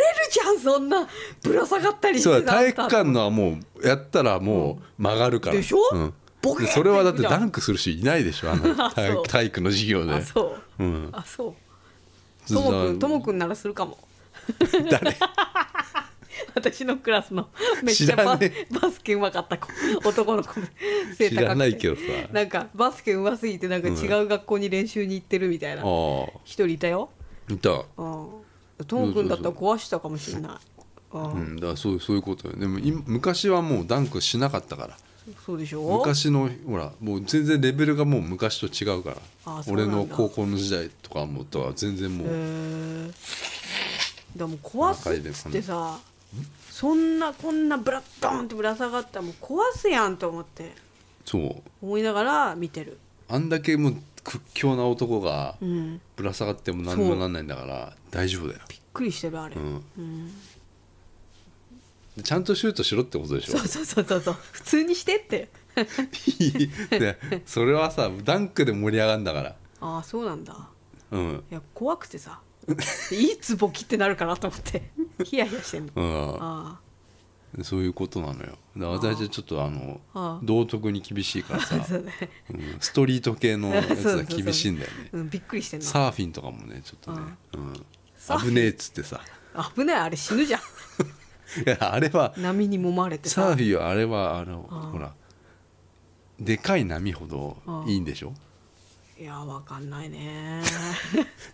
るじゃんそんなぶら下がったりして
そ
た
うだ体育館のはもうやったらもう曲がるから、
でしょ
うん
ボケー
でそれはだっ
っ
て
ていくじゃん
ダンクする人いないでし ょあの体
そう
育体育の授業で
あそう、
うん
あそうともくんともくんならするかも
誰
私のクラスのめっちゃ
知ら
バ,、
ね
バスケうまかった子男の子背高くて
知らないけどさ
なんかバスケうますぎてなんか違う学校に練習に行ってるみたいな
ああ
一人いたよ
いた
うんともくんだったら壊したかもしれないあ
うん、だからそうそういうことよでも今昔はもうダンクしなかったから
そうでしょ
昔のほらもう全然レベルがもう昔と違うか
あ
ら
そうな
俺
んだ
の高校の時代とかもとは全然も
へ
う、
ーだからもう壊すっつってさそんなこんなブラッドーンってぶら下がったらもう壊すやんと思って
そう
思いながら見てる
あんだけもう屈強な男が
うん
ぶら下がっても何にもなんないんだから大丈夫だよ、
びっくりしてるあれ、
うんでちゃんとシュートしろってことでしょ
そうそうそうそうそう普通にしてって
でそれはさダンクで盛り上がるんだから
ああそうなんだ
うん
いや怖くてさいつボキってなるかなと思ってヒヤヒヤしてんの
うん
あ
そういうことなのよだから私はちょっとあの
ああ
道徳に厳しいからさ
あ、 そうね
うんストリート系のやつ
そうそ
は
うそう
厳しいんだよね
うん、びっくりしてんの
サーフィンとかもねちょっとね、
サ
う
ー
ん、
フィン
危ねえっつってさ
危ないあれ死ぬじゃん
いやあれは
波に揉まれて
サー
さ
フィンはあれはあの
ああ
ほらでかい波ほどいいんでしょ
いやわかんない ね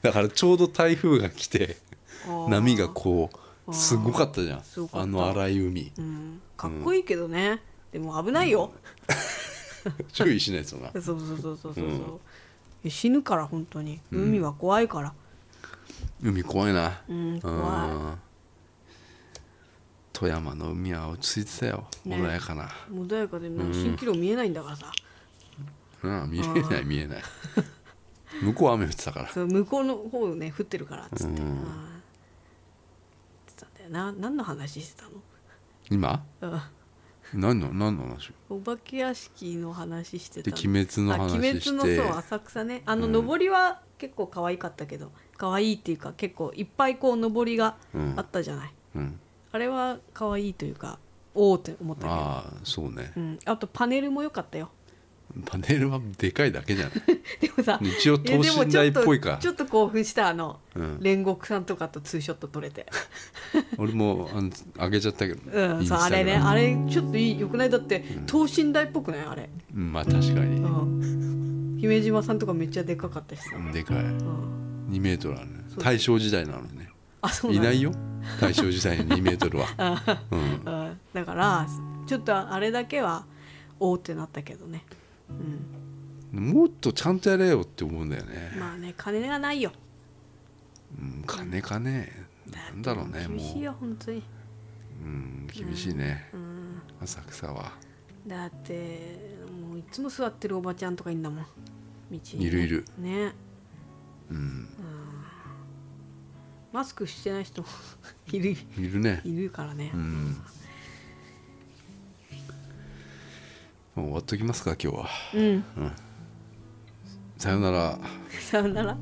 だからちょうど台風が来て
あー
波がこ
あ
う
あ
すごかったじゃん
すごかった
あの荒い海
うん、かっこいいけどね、でも危ないよ、
注意しないと な
そうそうそうそうそうそう、
うん
いや死ぬから本当に海は怖いから、
海怖いな
うん怖い
うん富山の海は落ち着いてたよ
ね
穏やかな、
穏やかでも蜃気楼見えないんだからさ、
うん、見えない見えない 向こう雨降ってたから
そう向こうの方ね降ってるからっつって、
うん
あーつってたんだよな何の話してたの
今
うん
何の何の話
お化け屋敷の話してた
で
の
鬼滅の話して
あ鬼滅のそう浅草ねあの
うん
上りは結構可愛かったけど、可愛いっていうか結構いっぱいこう上りがあったじゃない、
うん、
あれは可愛いというかおおって思ったけどあ,、
ああそうね
う、ん、あとパネルも良かったよ
パネルはでかいだけじゃない
でもさ
一応等身大っぽいか
やでもちょっとちょっと興奮したあの、
うん
煉獄さんとかとツーショット撮 れて
俺もあの上げちゃったけど、
うん
インス
そう
タ
あれね
グラム
あれちょっといいよくないだって等身大っぽくないあれ、
うんまあ確か
う
に
ん、姫島さんとかめっちゃでかかったしさ、
でかい
うん、
2メートルあるね
そう
大正時代なのね
あそう
い
なんだ
ないよ大正時代に2メートルはうん
うんだからちょっとあれだけはおおってなったけどね、うん、
もっとちゃんとやれよって思うんだよね、
まあね金がないよ
うん、金かねなんだろうねも、
厳しいうよ本当に
うん、厳しいね、浅草は
だってもういつも座ってるおばちゃんとかいんだもん道にね
いるいる
ね
うん
マスクしてない人も いる
いるね
いるからね、
うんもう終わっときますか今日は
うん
さよなら
さよなら